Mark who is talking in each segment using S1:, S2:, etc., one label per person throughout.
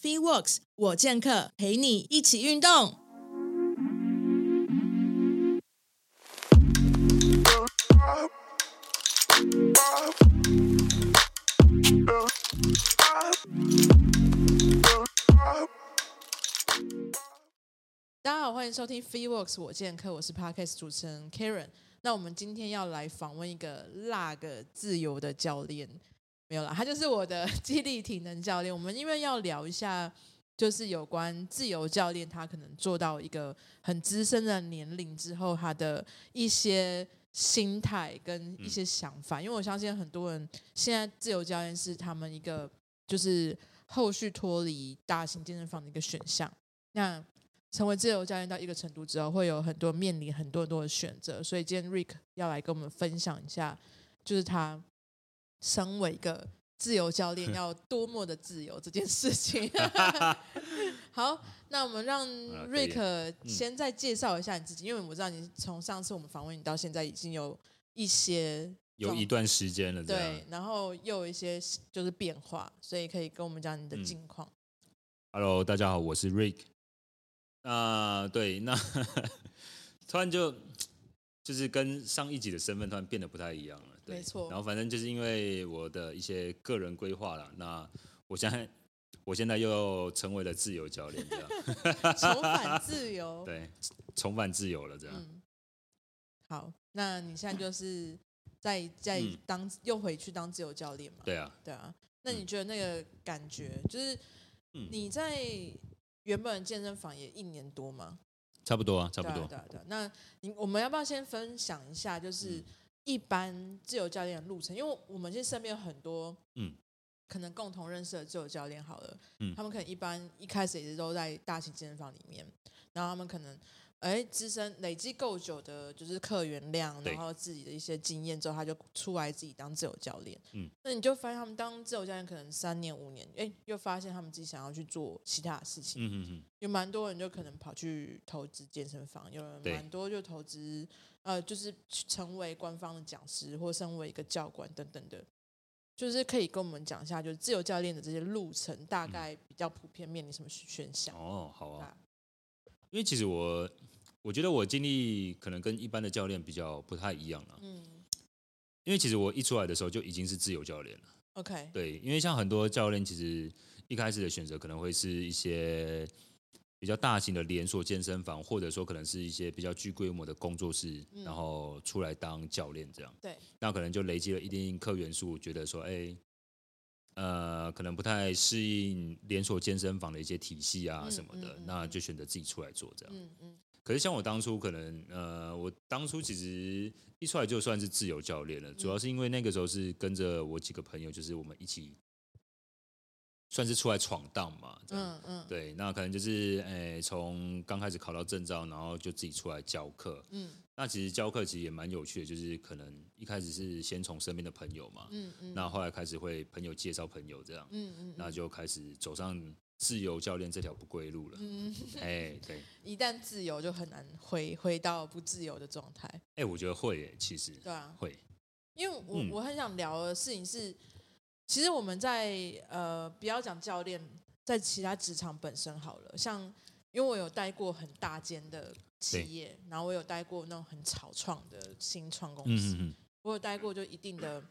S1: f Works，我健客陪你一起运动。大家好，欢迎收听 Free Works 我健客，我是 Podcast 主持人 Karen。那我们今天要来访问一个辣个自由的教练，没有啦，他就是我的 激励体能教练。我们因为要聊一下，就是有关自由教练，他可能做到一个很资深的年龄之后，他的一些心态跟一些想法。因为我相信很多人现在自由教练是他们一个就是后续脱离大型健身房的一个选项。那成为自由教练到一个程度之后，会有很多面临很多很多的选择，所以今天 Rick 要来跟我们分享一下，就是他身为一个自由教练要多么的自由这件事 情。好，那我们让
S2: 啊可以
S1: Rick 先再介绍一下你自己，因为我知道你从上次我们访问你到现在已经有一些
S2: 有一段时间了，这样
S1: 对，。然后又有一些就是变化，所以可以跟我们讲你
S2: 嗯
S1: 的近 况。
S2: Hello，大家好，我是 Rick。那对，那 突然就就是跟上一集的身份突然变得不太一样了，对
S1: 没错
S2: 然后反正就是因为我的一些个人规划啦，那我现在我现在又成为了自由教练，这样
S1: 重返自由。
S2: 对，啊重返自由了，这样。
S1: 嗯，好，那你现在就是在在
S2: 嗯
S1: 当、又回去当自由教练嘛？
S2: 对啊，
S1: 对啊，那你
S2: 嗯
S1: 觉得那个感觉，就是
S2: 嗯
S1: 你在原本健身房也一年多嘛？
S2: 差不多啊，差
S1: 对
S2: 不多
S1: 啊，。对啊，对啊。那你我们要不要先分享一下，就是
S2: 嗯
S1: 一般自由教练的路程？因为我们其实身边有很多，
S2: 嗯，
S1: 可能共同认识的自由教练好了，
S2: 嗯
S1: 他们可能一般一开始也是都在大型健身房里面，然后他们可能。哎，资深累积够久的，就是客源量，
S2: 对
S1: 然后自己的一些经验之后，他就出来自己当自由教练。
S2: 嗯，
S1: 那你就发现他们当自由教练可能三年五年，哎，又发现他们自己想要去做其他的事情。
S2: 嗯嗯嗯，
S1: 有蛮多人就可能跑去投资健身房，有人
S2: 对
S1: 蛮多就投资呃，就是去成为官方的讲师或身为一个教官等等的，就是可以跟我们讲一下，就是自由教练的这些路程大概比较普遍面临什么选项？
S2: 嗯哦，好啊
S1: 啊。
S2: 因为其实我我觉得我经历可能跟一般的教练比较不太一样啊，
S1: 嗯
S2: 因为其实我一出来的时候就已经是自由教练了。
S1: ，OK，
S2: 对，因为像很多教练，其实一开始的选择可能会是一些比较大型的连锁健身房，或者说可能是一些比较具规模的工作室，
S1: 嗯
S2: 然后出来当教练这样。
S1: 对，
S2: 那可能就累积了一定客源数，觉得说，哎、呃，可能不太适应连锁健身房的一些体系啊
S1: 嗯
S2: 什么的，
S1: 嗯嗯
S2: 那
S1: 嗯
S2: 就选择自己出来做这样。
S1: 嗯嗯
S2: 可是像我当初可能呃，我当初其实一出来就算是自由教练了，
S1: 嗯
S2: 主要是因为那个时候是跟着我几个朋友，就是我们一起算是出来闯荡嘛，这样。
S1: 嗯嗯，
S2: 对，那可能就是诶，从刚开始考到证照，然后就自己出来教课。
S1: 嗯
S2: 那其实教课其实也蛮有趣的，就是可能一开始是先从身边的朋友嘛，
S1: 嗯嗯，
S2: 那后来开始会朋友介绍朋友这样，
S1: 嗯嗯，
S2: 那就开始走上自由教练这条不归路了。
S1: 嗯，
S2: 哎，对，
S1: 一旦自由就很难回回到不自由的状态，
S2: 哎，我觉得会耶，其实
S1: 对啊，
S2: 会，
S1: 因为我、
S2: 嗯
S1: 我很想聊的事情是，其实我们在呃，不要讲教练，在其他职场本身好了，像因为我有带过很大间的
S2: 对
S1: 企业，然后我有带过那种很草创的新创公司，
S2: 嗯嗯嗯。
S1: 我有待过就一定的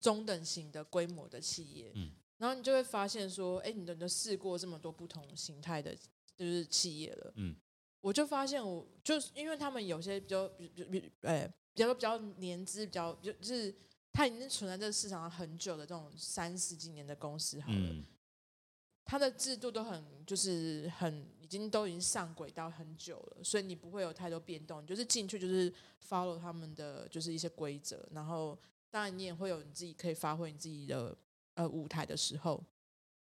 S1: 中等型的规模的企业，
S2: 嗯
S1: 然后你就会发现说，哎，你都你都试过这么多不同形态的，就是企业了，
S2: 嗯，
S1: 我就发现我就是因为他们有些比较比比比，哎，比较比较年资比较就就是它已经存在这个市场上很久的这种三十几年的公司好了，
S2: 嗯
S1: 它的制度都很就是很已经都已经上轨道很久了，所以你不会有太多变动，你就是进去就是 follow 他们的就是一些规则，然后当然你也会有你自己可以发挥你自己的呃舞台的时候。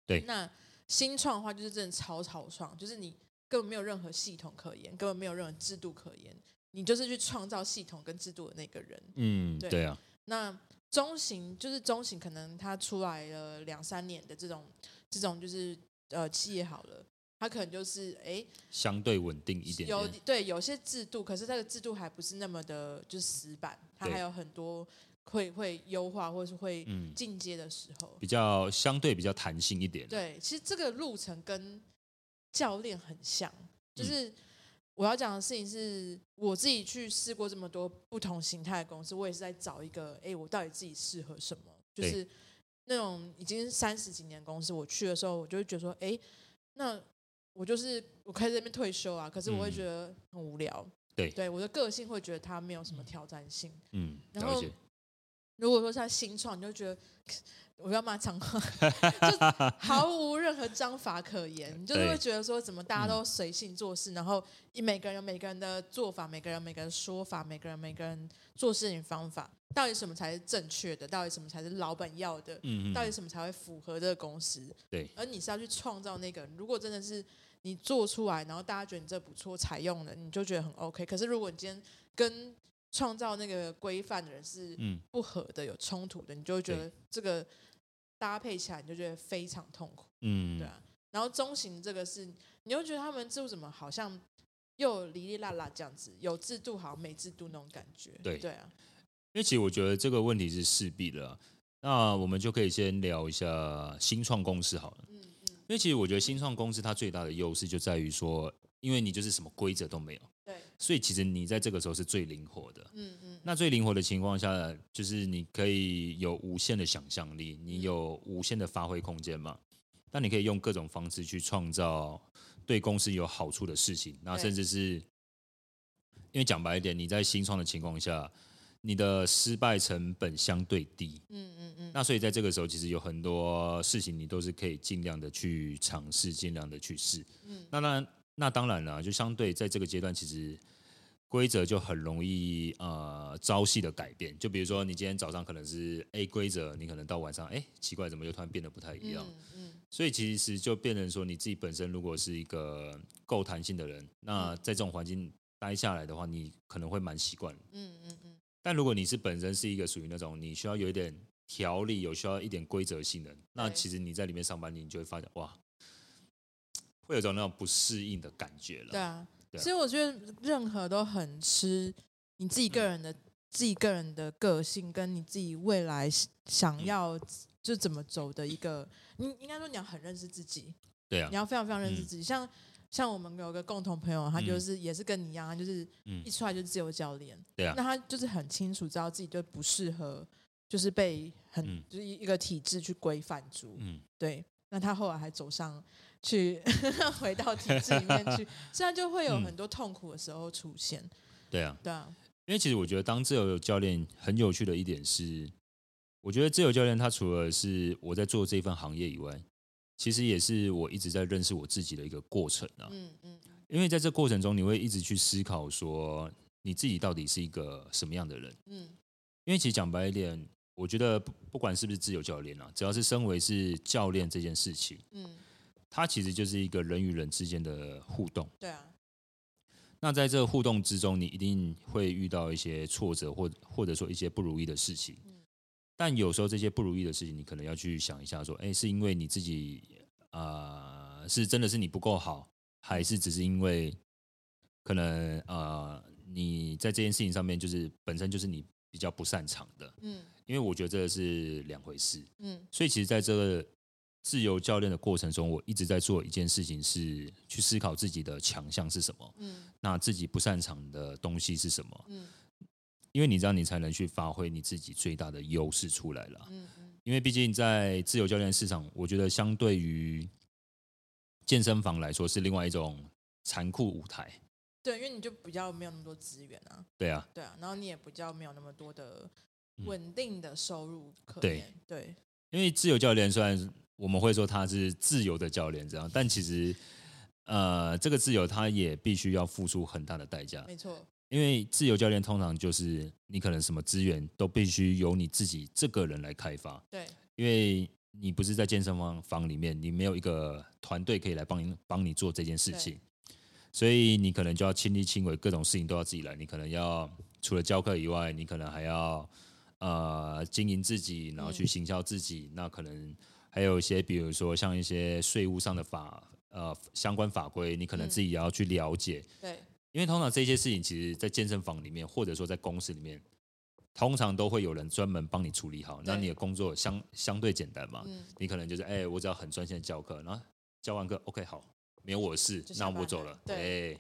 S2: 对
S1: 那新创的话就是真的超草创，就是你根本没有任何系统可言，根本没有任何制度可言，你就是去创造系统跟制度的那个人。
S2: 嗯，
S1: 对
S2: 对啊，
S1: 那中型就是中型，可能他出来了两三年的这种这种就是呃企业好了，他可能就是哎
S2: 相对稳定一点
S1: 有
S2: 点。
S1: 对有些制度，可是它的制度还不是那么的就是死板，它
S2: 对
S1: 还有很多会会优化，或是会
S2: 嗯
S1: 进阶的时候。
S2: 比较相对比较弹性一点。，
S1: 对，其实这个路程跟教练很像，
S2: 嗯
S1: 就是我要讲的事情是，我自己去试过这么多不同形态的公司，我也是在找一个，哎，我到底自己适合什么？就
S2: 对
S1: 是那种已经三十几年的公司，我去的时候，我就会觉得说，哎，那我就是我可以在那边退休啊，可是我会
S2: 嗯
S1: 觉得很无聊。
S2: 对
S1: 对，我的个性会觉得它没有什么挑战性。
S2: 嗯，
S1: 然
S2: 了
S1: 后
S2: 解。
S1: 如果说是他新创，你就觉得 我要骂脏话， 就毫无任何章法可言，你就是
S2: 对嗯
S1: 会觉得说，怎么大家都随性做事，然后每个人有每个人的做法，每个人有每个人的说法，每个人有每个人做事情方法，到底什么才是正确的？到底什么才是老板要的？
S2: 嗯
S1: 到底
S2: 嗯，
S1: 什么才会符合这个公司？
S2: 对，
S1: 而你是要去创造那个，如果真的是你做出来，然后大家觉得你这不错，采用了，你就觉得很 OK。可是如果你今天跟创造那个规范的人是
S2: 嗯
S1: 不合的、有冲突的，你就会觉得这个搭配起来你就觉得非常痛苦，
S2: 嗯，
S1: 对啊。然后中型这个是，你又觉得他们就怎么好像又哩哩啦啦这样子，有制度好像没制度那种感觉，
S2: 对
S1: 对啊，
S2: 因为其实我觉得这个问题是势必的啊、那我们就可以先聊一下新创公司好了。
S1: 嗯嗯，
S2: 因为其实我觉得新创公司它最大的优势就在于说，因为你就是什么规则都没有，
S1: 对，
S2: 所以其实你在这个时候是最灵活的。
S1: 嗯嗯，
S2: 那最灵活的情况下，就是你可以有无限的想象力，
S1: 嗯
S2: 你有无限的发挥空间嘛？那你可以用各种方式去创造对公司有好处的事情，那
S1: 对
S2: 甚至是因为讲白一点，你在新创的情况下，你的失败成本相对低。
S1: 嗯嗯嗯，
S2: 那所以在这个时候，其实有很多事情你都是可以尽量的去尝试，尽量的去试。
S1: 嗯
S2: 那那那当然了，就相对在这个阶段，其实规则就很容易呃朝夕的改变。就比如说，你今天早上可能是 A 规则，你可能到晚上，哎，奇怪，怎么又突然变得不太一样？
S1: 嗯嗯
S2: 所以其实就变成说，你自己本身如果是一个够弹性的人，那在这种环境待下来的话，你可能会蛮习惯的。
S1: 嗯嗯嗯，
S2: 但如果你是本身是一个属于那种你需要有一点条理，有需要一点规则性的，那
S1: 对
S2: 其实你在里面上班，你就会发现哇，会有种那种不适应的感觉
S1: 对
S2: 了。
S1: 啊，
S2: 对啊
S1: 所以我觉得任何都很吃你自己
S2: 嗯
S1: 个人的、自己个人的个性，跟你自己未来
S2: 嗯
S1: 想要就怎么走的一个，你应该说你要很认识自己，
S2: 对啊
S1: 你，要非常非常认识
S2: 嗯
S1: 自己。像像我们有个共同朋友，他就是、也是跟你一样，他就是
S2: 嗯
S1: 一出来就是自由教练，
S2: 对啊
S1: 那他就是很清楚知道自己就不适合，就是被很、
S2: 嗯
S1: 就是一个体制去规范住，
S2: 嗯，
S1: 对，那他后来还走上去 回到体制里面 去，这样就会有
S2: 嗯
S1: 很多痛苦的时候出现。
S2: 对啊，
S1: 对啊，
S2: 因为其实我觉得当自由教练很有趣的一点是，我觉得自由教练他除了是我在做这份行业以外，其实也是我一直在认识我自己的一个过程啊。
S1: 嗯嗯
S2: 因为在这过程中，你会一直去思考说你自己到底是一个什么样的人。
S1: 嗯
S2: 因为其实讲白一点，我觉得不不管是不是自由教练啦，啊只要是身为是教练这件事情，
S1: 嗯，
S2: 它其实就是一个人与人之间的互动。
S1: 对啊，
S2: 那在这个互动之中，你一定会遇到一些挫折，或或者说一些不如意的事情。但有时候这些不如意的事情，你可能要去想一下，说，哎，是因为你自己呃，是真的是你不够好，还是只是因为可能呃，你在这件事情上面就是本身就是你比较不擅长的。
S1: 嗯
S2: 因为我觉得这是两回事。
S1: 嗯
S2: 所以其实在这个自由教练的过程中，我一直在做一件事情，是去思考自己的强项是什么，
S1: 嗯
S2: 那自己不擅长的东西是什么，
S1: 嗯
S2: 因为你这样你才能去发挥你自己最大的优势出来了。
S1: 嗯嗯，
S2: 因为毕竟在自由教练市场，我觉得相对于健身房来说是另外一种残酷舞台。
S1: 对，因为你就比较没有那么多资源啊，
S2: 对啊，
S1: 对啊，然后你也比较没有那么多的
S2: 嗯
S1: 稳定的收入可
S2: 对
S1: 言。对，
S2: 因为自由教练虽然我们会说他是自由的教练这样，但其实呃，这个自由他也必须要付出很大的代价。
S1: 没错，
S2: 因为自由教练通常就是你可能什么资源都必须由你自己这个人来开发，
S1: 对
S2: 因为你不是在健身房房里面，你没有一个团队可以来帮你帮你做这件事情，所以你可能就要亲力亲为，各种事情都要自己来。你可能要除了教课以外，你可能还要呃经营自己，然后去行销自己。那可能还有一些，比如说像一些税务上的法呃相关法规，你可能
S1: 嗯
S2: 自己也要去了解。
S1: 对，
S2: 因为通常这些事情，其实在健身房里面，或者说在公司里面，通常都会有人专门帮你处理好，那
S1: 对
S2: 你的工作相相对简单嘛。
S1: 嗯，
S2: 你可能就是哎、我只要很专心的教课，然后教完课，OK，好，没有我的事
S1: 就，下
S2: 那
S1: 班
S2: 我走
S1: 了
S2: 了。
S1: 对
S2: 哎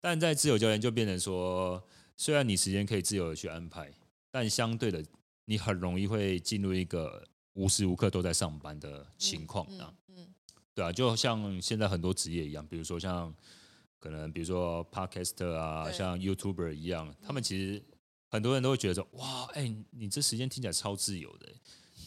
S2: 但在自由教练就变成说，虽然你时间可以自由的去安排，但相对的，你很容易会进入一个无时无刻都在上班的情况啊。
S1: 嗯嗯，
S2: 对啊，就像现在很多职业一样，比如说像可能比如说 podcaster 啊，
S1: 对
S2: 像 YouTuber 一样，他们其实很多人都会觉得说，哇，哎、你这时间听起来超自由的，欸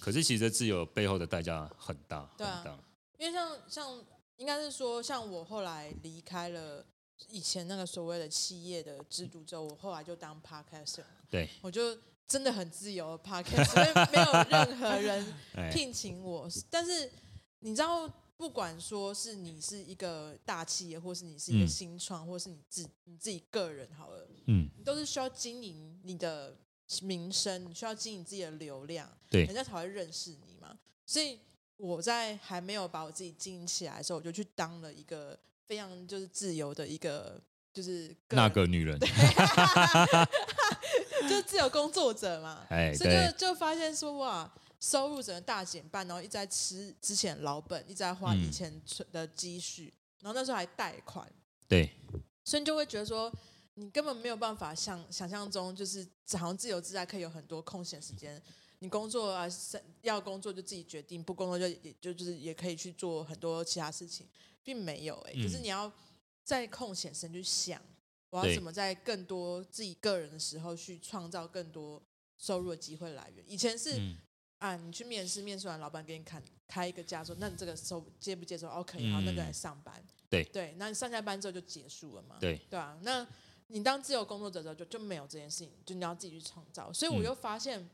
S2: 可是其实这自由背后的代价很大很
S1: 对啊
S2: 大。
S1: 因为像像应该是说，像我后来离开了以前那个所谓的企业的制度之后，我后来就当 podcaster，嘛
S2: 对，
S1: 我就真的很自由的 podcast，所以 没有任何人
S2: 哎、
S1: 聘请我。但是你知道，不管说是你是一个大企业，或是你是一个
S2: 嗯
S1: 新创，或是你自你自己个人好了，
S2: 嗯，
S1: 你都是需要经营你的名声，你需要经营自己的流量，
S2: 对
S1: 人家才会认识你嘛。所以我在还没有把我自己经营起来的时候，我就去当了一个非常就是自由的一个。就是人
S2: 那个女人，
S1: 就是自由工作者嘛，
S2: 哎
S1: 所以就
S2: 对
S1: 就发现说哇，收入整个大减半，然后一直在吃之前老本，一直在花
S2: 嗯
S1: 以前存的积蓄，然后那时候还贷款，
S2: 对
S1: 所以你就会觉得说，你根本没有办法想想象中，就是好像自由自在可以有很多空闲时间。你工作啊，是要工作就自己决定，不工作就也就就是也可以去做很多其他事情，并没有哎、
S2: 嗯
S1: 就是你要在空闲时间去想，我要
S2: 对
S1: 怎么在更多自己个人的时候去创造更多收入的机会来源。以前 是、
S2: 嗯
S1: 啊，你去面试，面试完老板给你看开一个假，说那你这个收接不接受？哦，可以，好，那就来
S2: 嗯
S1: 上班。
S2: 对
S1: 对，那你上下班之后就结束了嘛？
S2: 对
S1: 对啊，那你当自由工作者之后就就没有这件事情，就你要自己去创造。所以我
S2: 嗯
S1: 又发现、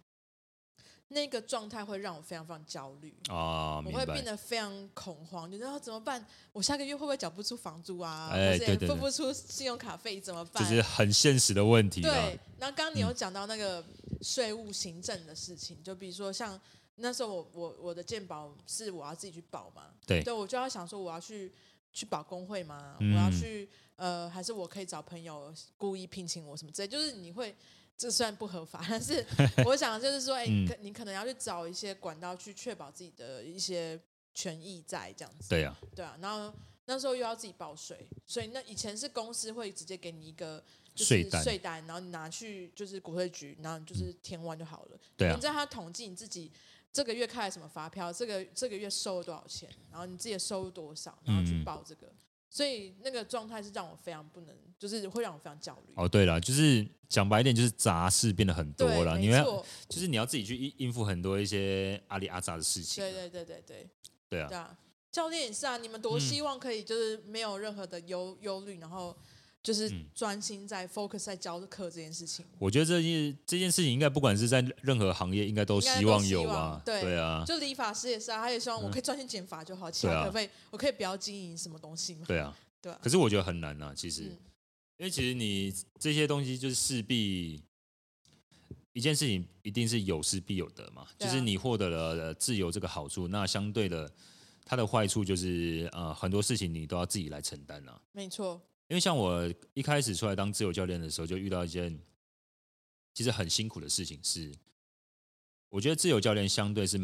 S1: 那个状态会让我非常非常焦虑。
S2: 啊，
S1: 我
S2: 明
S1: 会变
S2: 白，
S1: 得非常恐慌，就是啊怎么办？我下个月会不会缴不出房租啊？
S2: 哎
S1: 或
S2: 对
S1: 者
S2: 对
S1: 付
S2: 对
S1: 不出信用卡费怎么办？
S2: 就是很现实的问题啊
S1: 对。，然后刚刚你有讲到那个税务行政的事情，就比如说像那时候我我我的健保是我要自己去保嘛，
S2: 对
S1: 对我就要想说我要去去保工会嘛，
S2: 嗯
S1: 我要去呃，还是我可以找朋友故意聘请我什么之类，就是你会。这虽然不合法，但 是我想就是说，哎、你
S2: 嗯
S1: 可你可能要去找一些管道去确保自己的一些权益在这样子。
S2: 对啊，
S1: 对啊，然后那时候又要自己报税，所以那以前是公司会直接给你一个就是
S2: 税单嗯
S1: 税单，然后你拿去就是国税局，然后你就是填完就好了。
S2: 对啊
S1: 你知道他统计你自己这个月开了什么发票，这个这个月收了多少钱，然后你自己的收入多少，然后去
S2: 嗯
S1: 报这个。所以那个状态是让我非常不能，就是会让我非常焦虑。
S2: 哦对了，就是讲白一点，就是杂事变得很多
S1: 对，
S2: 了，
S1: 没
S2: 你要
S1: 错，
S2: 就是你要自己去应应付很多一些阿里阿杂的事情啊，
S1: 对对对对对
S2: 对啊
S1: 对，啊！教练也是啊，你们
S2: 嗯
S1: 多希望可以就是没有任何的忧忧虑，然后就是
S2: 嗯
S1: 专心在 focus 在教课这件事情。
S2: 我觉得这件这件事情，应该不管是在任何行业，应该都希望有啊
S1: 应该都希望，对
S2: 啊，嗯
S1: 就理发师也是啊，他也希望我可以专心减法就好，其
S2: 对
S1: 他
S2: 啊
S1: 可不可以我可以不要经营什么东西嘛？
S2: 对啊。
S1: 对啊
S2: 可是我觉得很难啊，其实，
S1: 嗯
S2: 因为其实你这些东西就是势必一件事情，一定是有失必有得嘛。
S1: 对
S2: 就
S1: 啊
S2: 是你获得了呃自由这个好处，那相对的，它的坏处就是呃很多事情你都要自己来承担啊。
S1: 没错，
S2: 因为像我一开始出来当自由教练的时候，就遇到一件其实很辛苦的事情是，我觉得自由教练相对是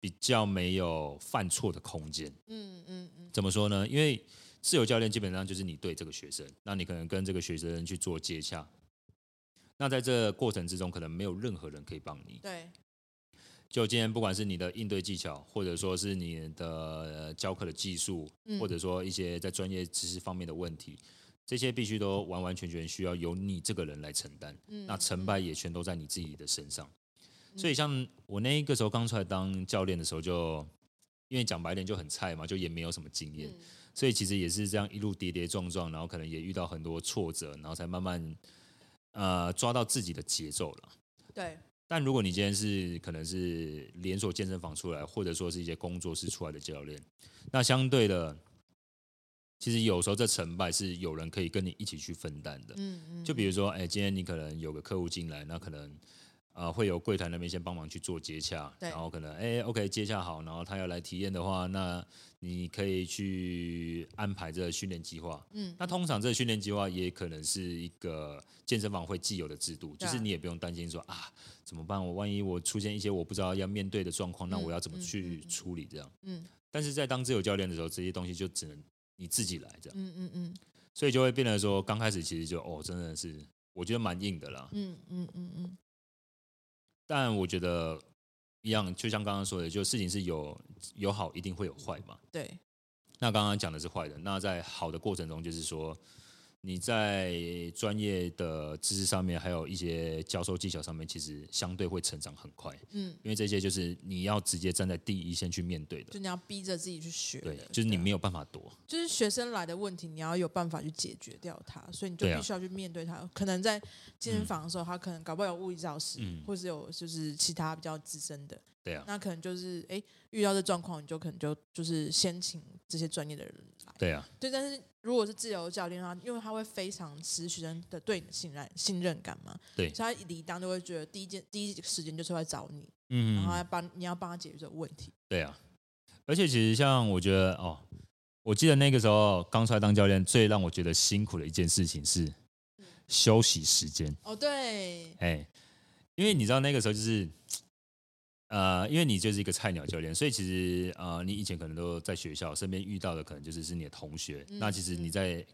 S2: 比较没有犯错的空间。
S1: 嗯嗯嗯，
S2: 怎么说呢？因为自由教练基本上就是你对这个学生，那你可能跟这个学生去做接洽，那在这过程之中，可能没有任何人可以帮你。
S1: 对，
S2: 就今天不管是你的应对技巧，或者说是你的呃教课的技术，
S1: 嗯
S2: 或者说一些在专业知识方面的问题，这些必须都完完全全需要由你这个人来承担。
S1: 嗯
S2: 那成败也全都在你自己的身上。所以像我那个时候刚出来当教练的时候就，因为讲白点就很菜嘛，就也没有什么经验，
S1: 嗯
S2: 所以其实也是这样一路跌跌撞撞，然后可能也遇到很多挫折，然后才慢慢呃抓到自己的节奏了。
S1: 对，
S2: 但如果你今天是可能是连锁健身房出来，或者说是一些工作室出来的教练，那相对的，其实有时候这成败是有人可以跟你一起去分担的。
S1: 嗯嗯，
S2: 就比如说，哎、今天你可能有个客户进来，那可能啊、会有柜台那边先帮忙去做接洽，
S1: 对
S2: 然后可能哎、o k 接洽好，然后他要来体验的话，那你可以去安排这个训练计划。
S1: 嗯，
S2: 那通常这个训练计划也可能是一个健身房会既有的制度，
S1: 对
S2: 就
S1: 啊
S2: 是你也不用担心说啊，怎么办？我万一我出现一些我不知道要面对的状况，那
S1: 嗯
S2: 我要怎么
S1: 嗯
S2: 去
S1: 嗯嗯
S2: 处理？这样，
S1: 嗯
S2: 但是在当自由教练的时候，这些东西就只能你自己来这样，
S1: 嗯嗯嗯
S2: 所以就会变得说，刚开始其实就哦，真的是我觉得蛮硬的啦。
S1: 嗯嗯嗯嗯，
S2: 但我觉得一样，就像刚刚说的，就事情是有有好，一定会有坏嘛。
S1: 对，
S2: 那刚刚讲的是坏的，那在好的过程中，就是说你在专业的知识上面，还有一些教授技巧上面，其实相对会成长很快，
S1: 嗯，
S2: 因为这些就是你要直接站在第一线去面对
S1: 就
S2: 的。
S1: 你要逼着自己去学的，
S2: 对，就是你
S1: 啊
S2: 没有办法躲。
S1: 就是学生来的问题，你要有办法去解决掉它，所以你就
S2: 对啊
S1: 必须要去面对它。可能在健身房的时候，他可能搞不好有物理老师，
S2: 嗯
S1: 或是有就是其他比较资深的，
S2: 对啊，
S1: 那可能就是哎遇到这状况，你就可能就就是先请这些专业的人来。
S2: 对啊，
S1: 对，但是如果是自由教练的话，因为他会非常持学生的对你的信任信任感嘛，
S2: 对
S1: 所以他理当就会觉得第一件第一时间就是会找你，然
S2: 嗯
S1: 后要帮你要帮他解决这个问题。
S2: 对啊，而且其实像我觉得哦，我记得那个时候刚出来当教练，最让我觉得辛苦的一件事情是休息时间。
S1: 哦，对，
S2: 哎，因为你知道那个时候就是，呃，因为你就是一个菜鸟教练，所以其实呃，你以前可能都在学校身边遇到的，可能就是是你的同学。
S1: 嗯
S2: 那其实你在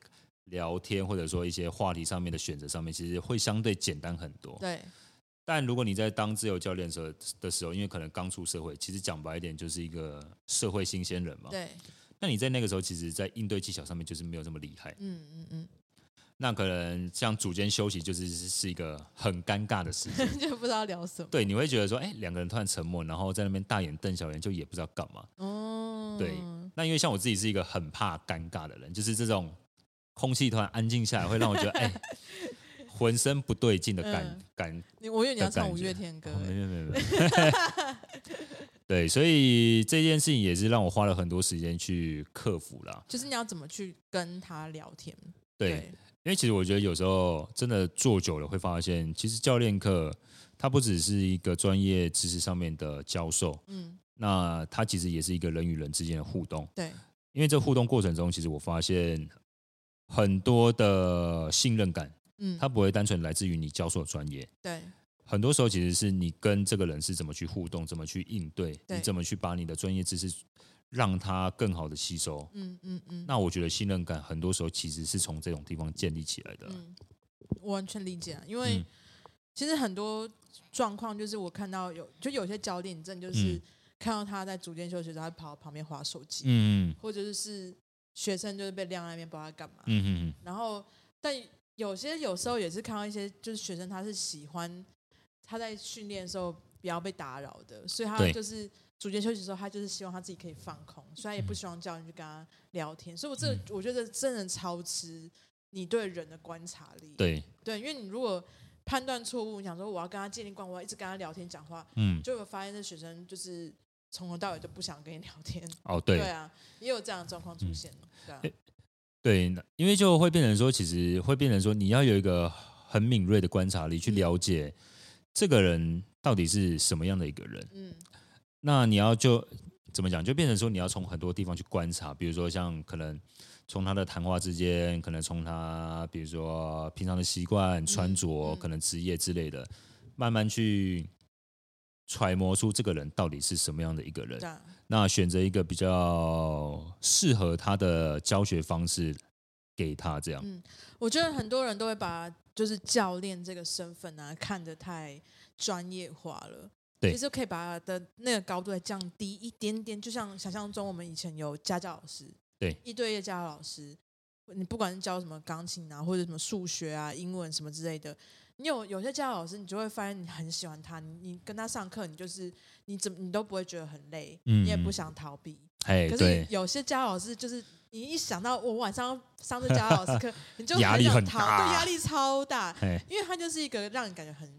S2: 聊天或者说一些话题上面的选择上面，其实会相对简单很多。
S1: 对，
S2: 但如果你在当自由教练的时候的时候，因为可能刚出社会，其实讲白一点就是一个社会新鲜人嘛。
S1: 对，
S2: 那你在那个时候，其实，在应对技巧上面就是没有这么厉害。
S1: 嗯嗯嗯。
S2: 那可能像组间休息，就是是一个很尴尬的事情。
S1: 嗯 就不知道聊什么。
S2: 对，你会觉得说，哎，两个人突然沉默，然后在那边大眼瞪小眼，就也不知道干嘛。
S1: 哦，
S2: 对，那因为像我自己是一个很怕尴尬的人，就是这种空气突然安静下来，会让我觉得， 哎，浑身不对劲的感、
S1: 嗯
S2: 感。
S1: 你我以为你要唱
S2: 的感
S1: 五
S2: 觉
S1: 月天歌
S2: 哦、没
S1: 欸，
S2: 有没有没有。对，所以这件事情也是让我花了很多时间去克服啦。
S1: 就是你要怎么去跟他聊天？
S2: 对，因为其实我觉得有时候真的做久了会发现，其实教练课它不只是一个专业知识上面的教授，
S1: 嗯，
S2: 那它其实也是一个人与人之间的互动。
S1: 对，
S2: 因为这互动过程中，其实我发现很多的信任感，
S1: 嗯，
S2: 它不会单纯来自于你教授的专业，
S1: 对，
S2: 很多时候其实是你跟这个人是怎么去互动，怎么去应对，
S1: 对
S2: 你怎么去把你的专业知识让他更好的吸收。
S1: 嗯嗯嗯，
S2: 那我觉得信任感很多时候其实是从这种地方建立起来的。啊
S1: 嗯，我完全理解啊，因为
S2: 嗯
S1: 其实很多状况就是我看到有，就有些教练真的就是
S2: 嗯
S1: 看到他在组间休息的时候，他跑到旁边划手机，
S2: 嗯
S1: 或者是学生就是被晾在那边不知道他干嘛
S2: 嗯，嗯嗯
S1: 然后但有些有时候也是看到一些就是学生他是喜欢他在训练的时候不要被打扰的，所以他
S2: 对
S1: 就是组间休息的时候，他就是希望他自己可以放空，所以他也不希望教练去跟他聊天。所以我这、
S2: 嗯
S1: 我觉得真的超吃你对人的观察力，
S2: 对，
S1: 对因为你如果判断错误，你想说我要跟他建立关系，我要一直跟他聊天讲话，
S2: 嗯，
S1: 就会发现这学生就是从头到尾都不想跟你聊天。
S2: 哦，对，嗯
S1: 啊，也有这样的状况出现，对啊
S2: 诶对，那因为就会变成说，其实会变成说，你要有一个很敏锐的观察力去
S1: 嗯
S2: 了解这个人到底是什么样的一个人。
S1: 嗯
S2: 那你要就怎么讲，就变成说你要从很多地方去观察，比如说像可能从他的谈话之间，可能从他比如说平常的习惯、穿着、
S1: 嗯
S2: 可能职业之类的，慢慢去揣摩出这个人到底是什么样的一个人
S1: 对。啊，
S2: 那选择一个比较适合他的教学方式给他，这样。
S1: 嗯我觉得很多人都会把就是教练这个身份啊看得太专业化了。
S2: 对
S1: 其实可以把它的那个高度再降低一点点，就像想象中我们以前有家教老师，
S2: 对
S1: 一对一的家教老师，你不管是教什么钢琴啊，或者什么数学啊、英文什么之类的，你有有些家教老师，你就会发现你很喜欢他，你你跟他上课，你就是你怎么你都不会觉得很累，
S2: 嗯
S1: 你也不想逃避，
S2: 哎，
S1: 可是
S2: 对，
S1: 有些家教老师就是你一想到我晚上要上这家教老师 课，你就
S2: 压力
S1: 想
S2: 很
S1: 逃
S2: 大
S1: 对，压力超大，
S2: 哎，
S1: 因为他就是一个让你感觉很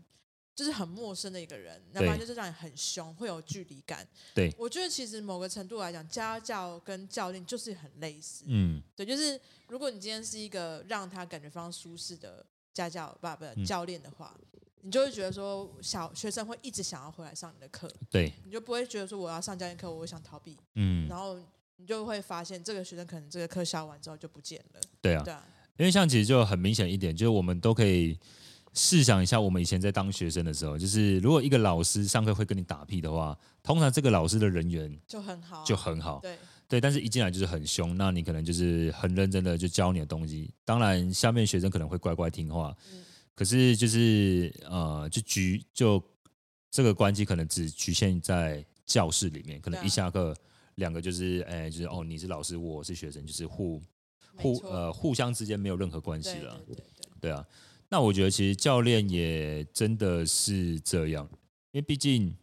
S1: 就是很陌生的一个人，要不然就是让你很凶，会有距离感。
S2: 对
S1: 我觉得其实某个程度来讲，家教跟教练就是很类似，
S2: 嗯，
S1: 对，就是如果你今天是一个让他感觉非常舒适的家教，不不
S2: 嗯
S1: 教练的话，你就会觉得说，小学生会一直想要回来上你的课，
S2: 对，
S1: 你就不会觉得说我要上教练课，我想逃避，
S2: 嗯，
S1: 然后你就会发现这个学生可能这个课下完之后就不见了，
S2: 对啊，
S1: 对啊，
S2: 因为像其实就很明显一点，就是我们都可以试想一下，我们以前在当学生的时候，就是如果一个老师上课会跟你打屁的话，通常这个老师的人缘
S1: 就很好啊，
S2: 就很好，
S1: 对，
S2: 对，但是一进来就是很凶，那你可能就是很认真的就教你的东西，当然下面学生可能会乖乖听话，
S1: 嗯
S2: 可是就是呃，就局就这个关系可能只局限在教室里面，可能
S1: 对啊
S2: 一下课两个就是哎、就是哦你是老师，我是学生，就是互
S1: 没
S2: 互
S1: 错，
S2: 呃互相之间没有任何关系
S1: 对
S2: 了，
S1: 对对对，
S2: 对啊，那我觉得其实教练也真的是这样，因为毕竟，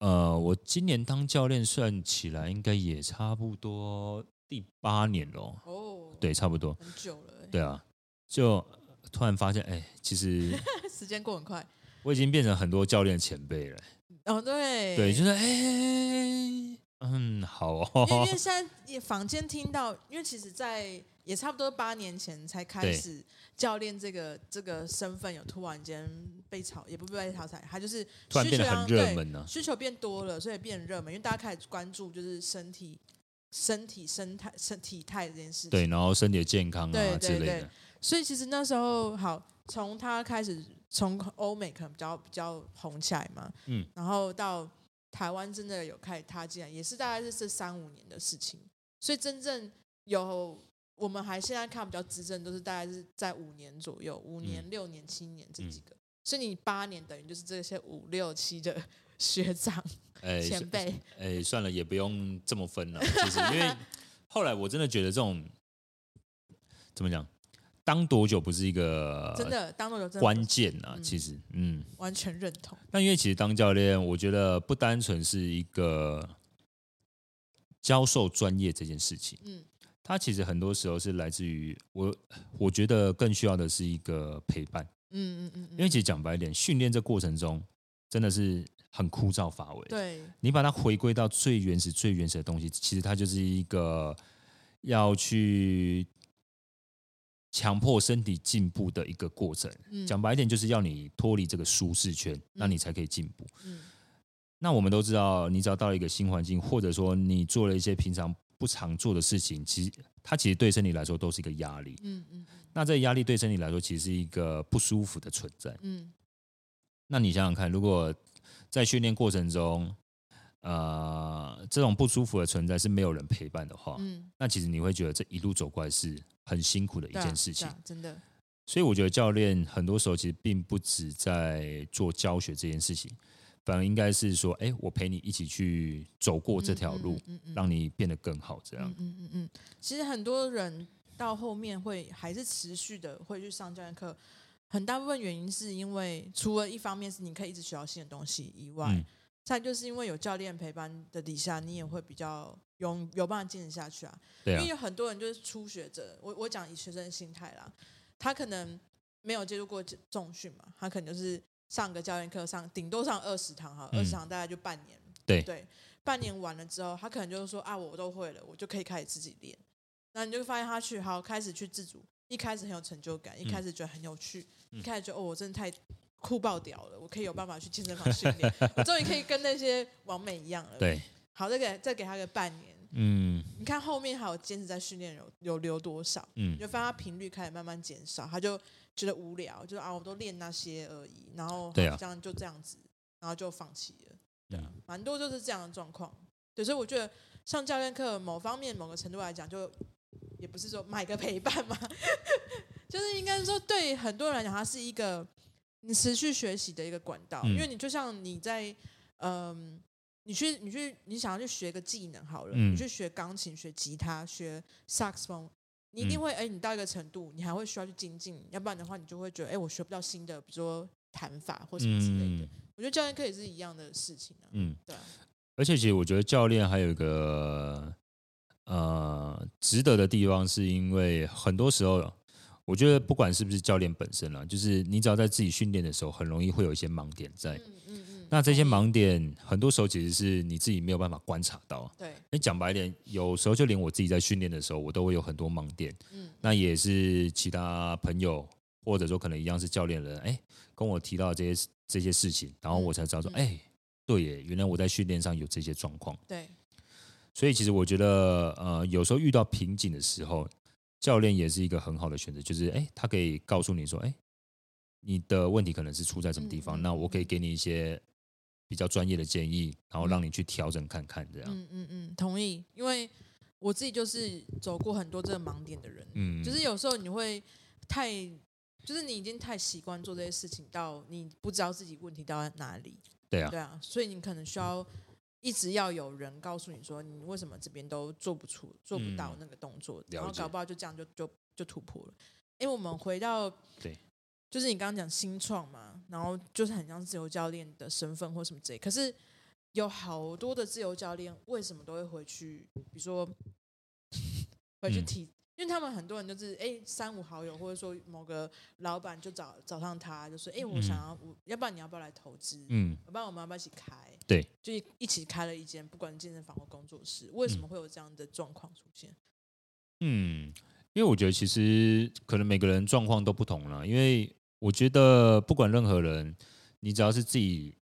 S2: 呃，我今年当教练算起来应该也差不多第八年咯，
S1: 哦，，
S2: 对，差不多，
S1: 很久了欸，
S2: 对啊，就突然发现，哎，其 实
S1: 欸时间过很快，
S2: 我已经变成很多教练的前辈了，
S1: 哦，对，
S2: 对，就是哎，嗯，好
S1: 因为
S2: 哦
S1: 因为，现在也坊间听到，因为其实，在也差不多八年前才开始，教练这个这个身份有突然间被炒，也不被炒菜，他就是
S2: 突然
S1: 需
S2: 变
S1: 求
S2: 得
S1: 量
S2: 很热门呢、
S1: 对需求变多了，所以变热门，因为大家开始关注就是身体、身体、生态、身体态这件事情。
S2: 对，然后身体的健康啊
S1: 对
S2: 之
S1: 对
S2: 类
S1: 对
S2: 的，
S1: 所以其实那时候好，从他开始从欧美可能比较比较红起来嘛，
S2: 嗯，
S1: 然后到台湾真的有开始踏进来，也是大概是这三五年的事情。所以真正有我们还现在看比较资深，都是大概是在五年左右，五年、
S2: 嗯
S1: 六年、七年这几个。所以你八年等于就是这些五六七的学长
S2: 哎，
S1: 前辈，
S2: 哎，算了，也不用这么分了。其实，因为后来我真的觉得这种怎么讲，当多久不是一个
S1: 真的当做有真
S2: 呃关
S1: 的
S2: 键啊。
S1: 嗯
S2: 其实，嗯，
S1: 完全认同，
S2: 但因为其实当教练，我觉得不单纯是一个教授专业这件事情，
S1: 嗯，
S2: 它其实很多时候是来自于我，我觉得更需要的是一个陪伴。
S1: 嗯嗯嗯，
S2: 因为其
S1: 实
S2: 实讲白一点，训练这过程中真的是很枯燥乏味。
S1: 对
S2: 你把它回归到最原始、最原始的东西，其实它就是一个要去强迫身体进步的一个过程。
S1: 嗯
S2: 讲白一点，就是要你脱离这个舒适圈，那你才可以进步。
S1: 嗯
S2: 那我们都知道，你只要到了一个新环境，或者说你做了一些平常不常做的事情，其实它其实对身体来说都是一个压力。
S1: 嗯嗯
S2: 那这个压力对身体来说，其实是一个不舒服的存在。
S1: 嗯
S2: 那你想想看，如果在训练过程中，呃，这种不舒服的存在是没有人陪伴的话，
S1: 嗯，
S2: 那其实你会觉得这一路走过来是很辛苦的一
S1: 对啊
S2: 件事情
S1: 对。啊真的，
S2: 所以我觉得教练很多时候其实并不只在做教学这件事情，反而应该是说，哎，我陪你一起去走过这条路，
S1: 嗯嗯
S2: 让你变得更好，这样
S1: 嗯。嗯嗯嗯，其实很多人到后面会还是持续的会去上教练课，很大部分原因是因为除了一方面是你可以一直学到新的东西以外，
S2: 嗯
S1: 再就是因为有教练陪伴的底下，你也会比较有有办法坚持下去啊。
S2: 对
S1: 因
S2: 啊
S1: 为，有很多人就是初学者，我我讲以学生心态啦，他可能没有接触过这重训嘛，他可能就是上个教练课上顶多上二十堂哈，
S2: 嗯
S1: 二十堂大概就半年，
S2: 对
S1: 对，半年完了之后，他可能就是说啊，我都会了，我就可以开始自己练。那你就发现他去好开始去自主，一开始很有成就感，
S2: 嗯
S1: 一开始觉得很有趣，一开始觉得哦，我真的太酷爆屌了，我可以有办法去健身房训 练，我终于可以跟那些完美一样了。，
S2: 对，
S1: 好，再给再给他个半年，
S2: 嗯
S1: 你看后面还有坚持在训练有有留多少，
S2: 嗯
S1: 你，就发现他频率开始慢慢减少，他就觉得无聊，就是啊，我都练那些而已，然后
S2: 对啊
S1: 好像就这样子，然后就放弃了。
S2: 对啊
S1: 蛮多就是这样的状况。对，所以我觉得上教练课某方面某个程度来讲，就也不是说买个陪伴嘛， 就是应该是说对很多人来讲，它是一个你持续学习的一个管道，
S2: 嗯
S1: 因为你就像你在嗯。你去，你去，你想要去学个技能好了，
S2: 嗯
S1: 你去学钢琴、学吉他、学萨克斯风，你一定
S2: 嗯
S1: 会，哎、你到一个程度，你还会需要去精进，要不然的话，你就会觉得，哎、我学不到新的，比如说弹法或什么之类的。
S2: 嗯
S1: 我觉得教练课也是一样的事情啊，
S2: 嗯。
S1: 对啊，
S2: 而且其实我觉得教练还有一个呃值得的地方，是因为很多时候，我觉得不管是不是教练本身啦，就是你只要在自己训练的时候，很容易会有一些盲点在。
S1: 嗯嗯嗯，
S2: 那这些盲点，很多时候其实是你自己没有办法观察到。
S1: 对，
S2: 你讲白一点，有时候就连我自己在训练的时候，我都会有很多盲点。
S1: 嗯
S2: 那也是其他朋友或者说可能一样是教练人，哎，跟我提到这些这些事情，然后我才知道说，
S1: 嗯嗯
S2: 哎、对耶，原来我在训练上有这些状况。
S1: 对，
S2: 所以其实我觉得，呃，有时候遇到瓶颈的时候，教练也是一个很好的选择，就是哎，他可以告诉你说，哎，你的问题可能是出在什么地方，
S1: 嗯嗯
S2: 那我可以给你一些比较专业的建议，然后让你去调整看看，这样。
S1: 嗯嗯嗯，同意，因为我自己就是走过很多这个盲点的人，
S2: 嗯，
S1: 就是有时候你会太，就是你已经太习惯做这些事情，到你不知道自己问题到在哪里。
S2: 对啊
S1: 对啊，所以你可能需要一直要有人告诉你说，你为什么这边都做不出、做不到
S2: 嗯
S1: 那个动作，
S2: 解
S1: 然后搞不好就这样就就就突破了。因为我们回到
S2: 对。
S1: 就是你刚刚讲新创嘛，然后就是很像自由教练的身份或什么之类。可是有好多的自由教练为什么都会回去，比如说回去
S2: 嗯
S1: 提，因为他们很多人就是哎三五好友，或者说某个老板就找找上他，就说哎我想要，我要不然你要不要来投资？
S2: 嗯，
S1: 我爸我们要不要一起开？
S2: 对，
S1: 就一起开了一间，不管是健身房或工作室，为什么会有这样的状况出现？
S2: 嗯，因为我觉得其实可能每个人状况都不同了，因为我觉得不管任何人，你只要是自己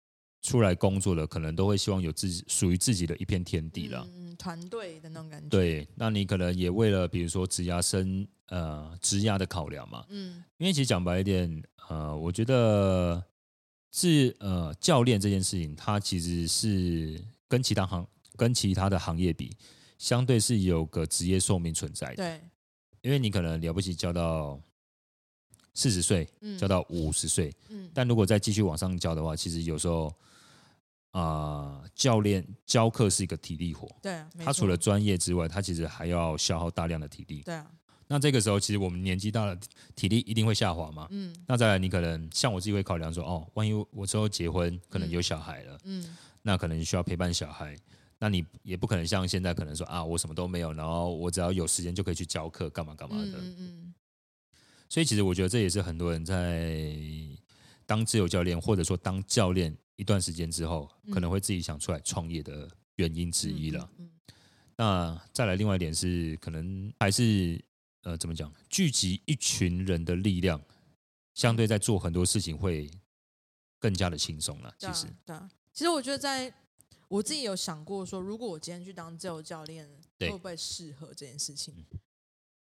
S2: 出来工作的，可能都会希望有自己属于自己的一片天地啦。
S1: 嗯，嗯团队的那种感觉，，
S2: 对，那你可能也为了比如说职涯生呃职涯的考量嘛，
S1: 嗯
S2: 因为其实讲白一点，呃，我觉得是呃教练这件事情，它其实是跟其他行跟其他的行业比，相对是有个职业寿命存在的。
S1: 对，
S2: 因为你可能了不起教到四十岁，
S1: 嗯，
S2: 教到五十岁，
S1: 嗯
S2: 但如果再继续往上教的话，其实有时候啊、呃教练教课是一个体力活，
S1: 对啊，没
S2: 他除了
S1: 错
S2: 专业之外，他其实还要消耗大量的体力。
S1: 对啊，
S2: 那这个时候，其实我们年纪大了，体力一定会下滑嘛。
S1: 嗯
S2: 那再来，你可能像我自己会考量说，哦，万一我之后结婚，可能有小孩了，
S1: 嗯
S2: 那可能需要陪伴小孩。那你也不可能像现在可能说啊，我什么都没有，然后我只要有时间就可以去教课，干嘛干嘛
S1: 嗯
S2: 的。
S1: 嗯嗯，
S2: 所以其实我觉得这也是很多人在当自由教练或者说当教练一段时间之后，
S1: 嗯
S2: 可能会自己想出来创业的原因之一了。
S1: 嗯，嗯
S2: 那再来另外一点是，可能还是呃怎么讲，聚集一群人的力量，相对在做很多事情会更加的轻松了。
S1: 对
S2: 其
S1: 啊
S2: 实，
S1: 对啊，其实我觉得在。我自己有想过说，如果我今天去当自由教练，
S2: 对
S1: 会不会适合这件事情？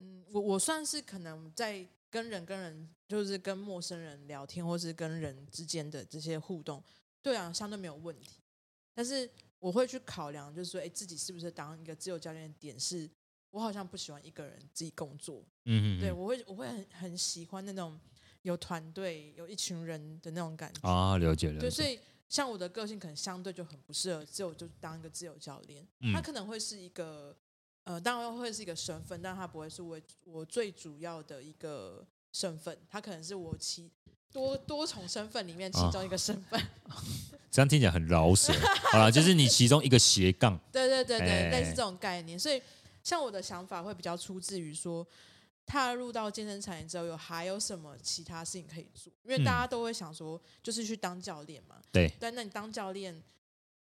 S1: 嗯，我我算是可能在跟人跟人，就是跟陌生人聊天，或是跟人之间的这些互动，对啊，相对没有问题。但是我会去考量，就是说，哎，自己是不是当一个自由教练的点是，我好像不喜欢一个人自己工作，
S2: 嗯嗯，
S1: 对我会我会很很喜欢那种有团队、有一群人的那种感觉。
S2: 啊，了解了
S1: 对，
S2: 解，
S1: 所以像我的个性可能相对就很不适合，只有就当一个自由教练，
S2: 嗯
S1: 他可能会是一个呃，当然会是一个身份，但他不会是我我最主要的一个身份，他可能是我其多多重身份里面其
S2: 啊
S1: 中一个身份，
S2: 这样听起来很饶舌。好了，就是你其中一个斜杠，
S1: 对对对对，
S2: 哎
S1: 类似这种概念。所以，像我的想法会比较出自于说，踏入到健身产业之后，有还有什么其他事情可以做？因为
S2: 嗯
S1: 大家都会想说，就是去当教练嘛。
S2: 对
S1: 但那你当教练，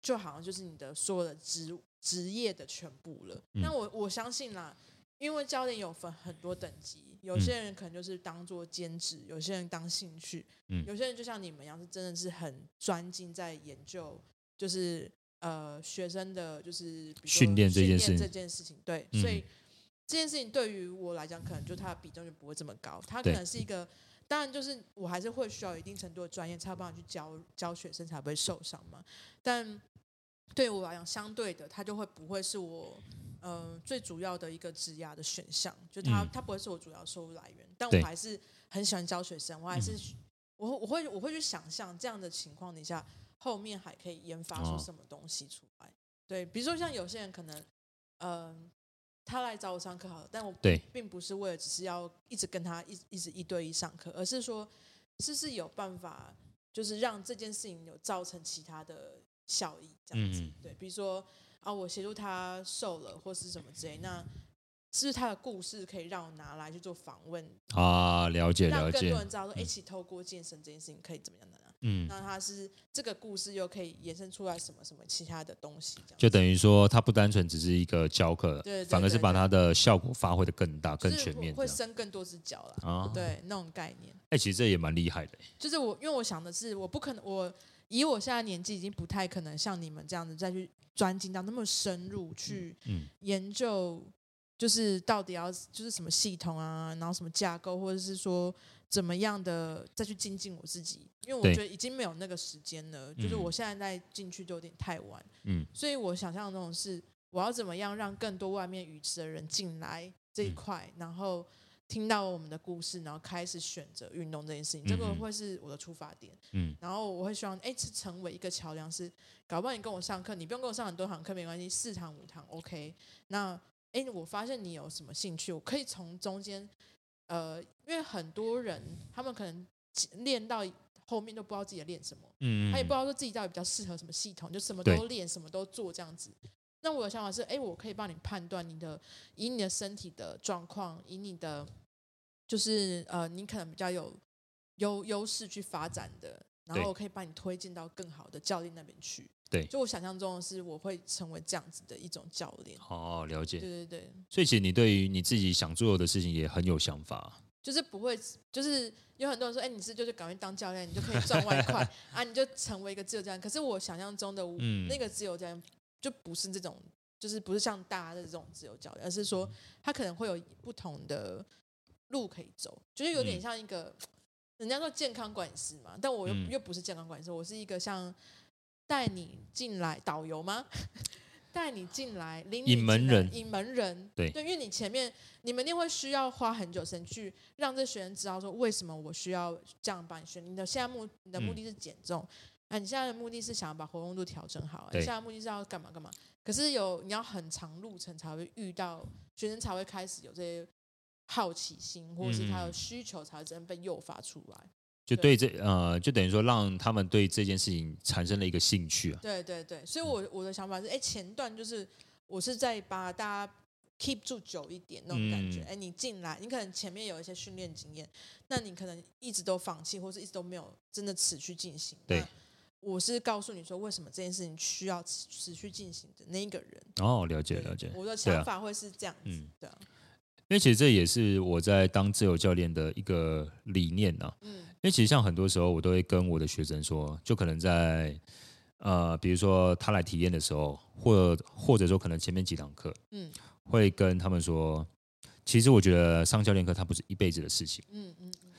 S1: 就好像就是你的所有的职职业的全部了。
S2: 嗯
S1: 那我我相信啦。因为教练有分很多等级，
S2: 嗯
S1: 有些人可能就是当做兼职，有些人当兴趣，
S2: 嗯
S1: 有些人就像你们一样，是真的是很专精在研究，就是呃学生的就是比如说
S2: 训练这件事
S1: 训练这件事情，对，
S2: 嗯
S1: 所以这件事情对于我来讲，可能就它的比重就不会这么高，它可
S2: 对
S1: 能是一个，当然就是我还是会需要一定程度的专业，才有办法去教教学生才不会受伤嘛，但对我来讲，相对的，它就会不会是我。呃，最主要的一个职涯的选项，就它、
S2: 嗯
S1: 它不会是我主要收入来源，但我
S2: 对嗯
S1: 还是很喜欢教学生，我还是、我会我会我会去想象这样的情况底下，后面还可以研发出
S2: 哦
S1: 什么东西出来。对，比如说像有些人可能，嗯、他来找我上课好了，但我
S2: 对
S1: 并不是为了只是要一直跟他一一直一对一上课，而是说是不是有办法，就是让这件事情有造成其他的效益这样子。
S2: 嗯
S1: 对，比如说啊，我协助他瘦了或是什么之类，那是不是他的故事可以让我拿来去做访问，
S2: 啊，了解
S1: 让
S2: 了
S1: 更
S2: 解
S1: 多，人知道说，哎、其实透过健身这件事情可以怎么样的呢？
S2: 嗯，
S1: 那它是这个故事又可以衍生出来什么什么其他的东西，这样
S2: 就等于说它不单纯只是一个教课，
S1: 对对
S2: 反而是
S1: 对
S2: 把
S1: 对
S2: 它的效果发挥的更大、更
S1: 就是
S2: 全面这
S1: 会
S2: 样。
S1: 生更多只脚啦。
S2: 啊，，
S1: 对，那种概念，
S2: 哎、其实这也蛮厉害的、
S1: 就是我，因为我想的是，我不可能，我以我现在年纪，已经不太可能像你们这样子再去钻进到那么深入去
S2: 嗯
S1: 研究，就是到底要就是什么系统啊，然后什么架构，或者是说怎么样的再去精进我自己，因为我
S2: 对
S1: 觉得已经没有那个时间了，就是
S2: 嗯
S1: 我现在再进去就有点太晚，
S2: 嗯，
S1: 所以我想象中的是，我要怎么样让更多外面鱼池的人进来这一
S2: 嗯
S1: 块，然后听到我们的故事，然后开始选择运动这件事情，这个
S2: 嗯嗯
S1: 会是我的出发点。
S2: 嗯，
S1: 然后我会希望，哎，是成为一个桥梁，是搞不好你跟我上课，你不用跟我上很多堂课，没关系，四堂五堂 OK。那哎，我发现你有什么兴趣，我可以从中间，呃，因为很多人他们可能练到后面都不知道自己在练什么。
S2: 嗯，
S1: 他也不知
S2: 道，
S1: 道说自己到底比较适合什么系统，就什么
S2: 对
S1: 都练，什么都做这样子。那我的想法是，哎，我可以帮你判断你的，以你的身体的状况，以你的就是呃，你可能比较有优优势去发展的，然
S2: 对
S1: 后我可以帮你推荐到更好的教练那边去。
S2: 对
S1: 就我想象中的是，我会成为这样子的一种教练。
S2: 哦，了
S1: 对
S2: 解。
S1: 对对，
S2: 所以其实你对于你自己想做的事情也很有想法，
S1: 就是不会，就是有很多人说，哎、你是就是赶快当教练，你就可以赚外 快啊，你就成为一个自由教练。可是我想象中的我、
S2: 嗯
S1: 那个自由教练，就不是这种，就是不是像大家的这种自由教练，而是说
S2: 嗯
S1: 他可能会有不同的路可以走，就是有点
S2: 嗯
S1: 像一个、人家说健康管理师嘛，但我又、
S2: 嗯
S1: 又不是健康管理师，我是一个像带你进来导游吗？ 带你进来，领你
S2: 引门
S1: 进来
S2: 人
S1: 引门人，
S2: 对
S1: 因为你前面你们一定会需要花很久时间去让这学生知道说为什么我需要这样帮你选。你的现在目你的
S2: 嗯
S1: 目的是减重，啊，你现在的目的是想要把活动度调整好，你
S2: 对
S1: 现在的目的是要干嘛干嘛。可是有你要很长路程才会遇到学生才会开始有这些好奇心，或者是他有
S2: 嗯
S1: 需求才会真的被诱发出来。
S2: 就
S1: 对
S2: 对这呃，就等于说让他们对这件事情产生了一个兴趣啊。
S1: 对对对，所以我我的想法是，哎，前段就是我是在把大家 keep 住久一点那种感觉。
S2: 嗯
S1: 哎、你进来，你可能前面有一些训练经验，那你可能一直都放弃，或是一直都没有真的持续进行。
S2: 对，
S1: 我是告诉你说为什么这件事情需要持持续进行的那一个人。
S2: 哦，了解了解。
S1: 我的
S2: 对
S1: 想
S2: 啊
S1: 法会是这样子，
S2: 嗯
S1: 对啊，
S2: 因为其实这也是我在当自由教练的一个理念呐、
S1: 嗯
S2: 因为其实像很多时候，我都会跟我的学生说，就可能在呃，比如说他来体验的时候，或或者说可能前面几堂课，
S1: 嗯
S2: 会跟他们说，其实我觉得上教练课它不是一辈子的事情。
S1: 嗯嗯嗯，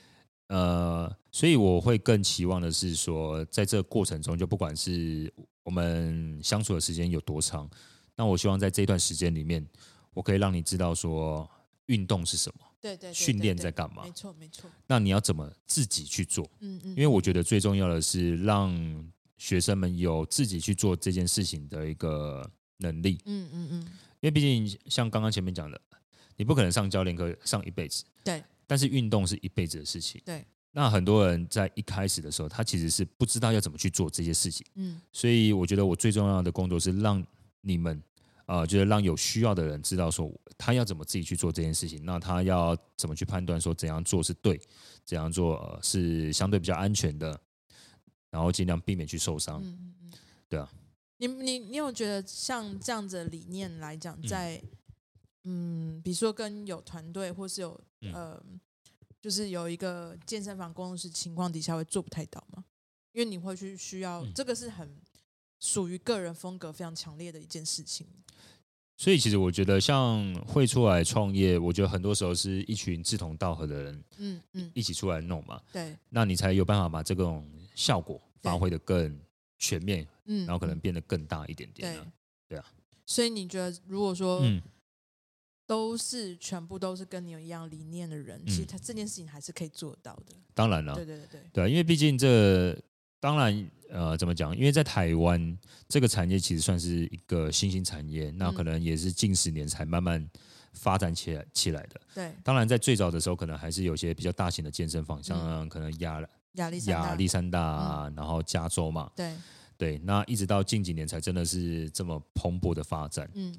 S2: 呃，所以我会更期望的是说，在这个过程中，就不管是我们相处的时间有多长，那我希望在这段时间里面，我可以让你知道说运动是什么，
S1: 对对对，
S2: 训
S1: 对
S2: 练
S1: 对
S2: 在干嘛
S1: 没，错没错，
S2: 那你要怎么自己去做？
S1: 嗯嗯，
S2: 因为我觉得最重要的是让学生们有自己去做这件事情的一个能力，
S1: 嗯嗯嗯，
S2: 因为毕竟像刚刚前面讲的，你不可能上教练课上一辈子，
S1: 对，
S2: 但是运动是一辈子的事情，
S1: 对。
S2: 那很多人在一开始的时候，他其实是不知道要怎么去做这些事情，
S1: 嗯
S2: 所以我觉得我最重要的工作是让你们，呃，就是让有需要的人知道说他要怎么自己去做这件事情，那他要怎么去判断说怎样做是对，怎样做、呃、是相对比较安全的，然后尽量避免去受伤。
S1: 嗯嗯嗯，
S2: 啊对啊。
S1: 你你你有觉得像这样子的理念来讲，在嗯比如说跟有团队或是有、
S2: 嗯
S1: 呃，就是有一个健身房公司情况底下会做不太到吗？因为你会去需要，
S2: 嗯
S1: 这个是很属于个人风格非常强烈的一件事情。
S2: 所以其实我觉得像会出来创业，我觉得很多时候是一群志同道合的人
S1: 嗯嗯，
S2: 一起出来弄嘛，
S1: 对，
S2: 那你才有办法把这种效果发挥的更全面，
S1: 嗯，
S2: 然后可能
S1: 嗯
S2: 变得更大一点点、
S1: 对
S2: 啊。对啊。
S1: 所以你觉得，如果说
S2: 嗯，
S1: 都是全部都是跟你有一样理念的人，其实他这件事情还是可以做到的。
S2: 当然了
S1: 对，对对对，
S2: 嗯对啊，因为毕竟这当然呃怎么讲？因为在台湾这个产业其实算是一个新兴产业，那
S1: 嗯
S2: 可能也是近十年才慢慢发展起来起来的。
S1: 对，
S2: 当然，在最早的时候，可能还是有些比较大型的健身房，像、
S1: 嗯
S2: 可能亚
S1: 亚历山大嗯
S2: 亚历山大啊，然后加州嘛，
S1: 对，
S2: 对，那一直到近几年才真的是这么蓬勃的发展。
S1: 嗯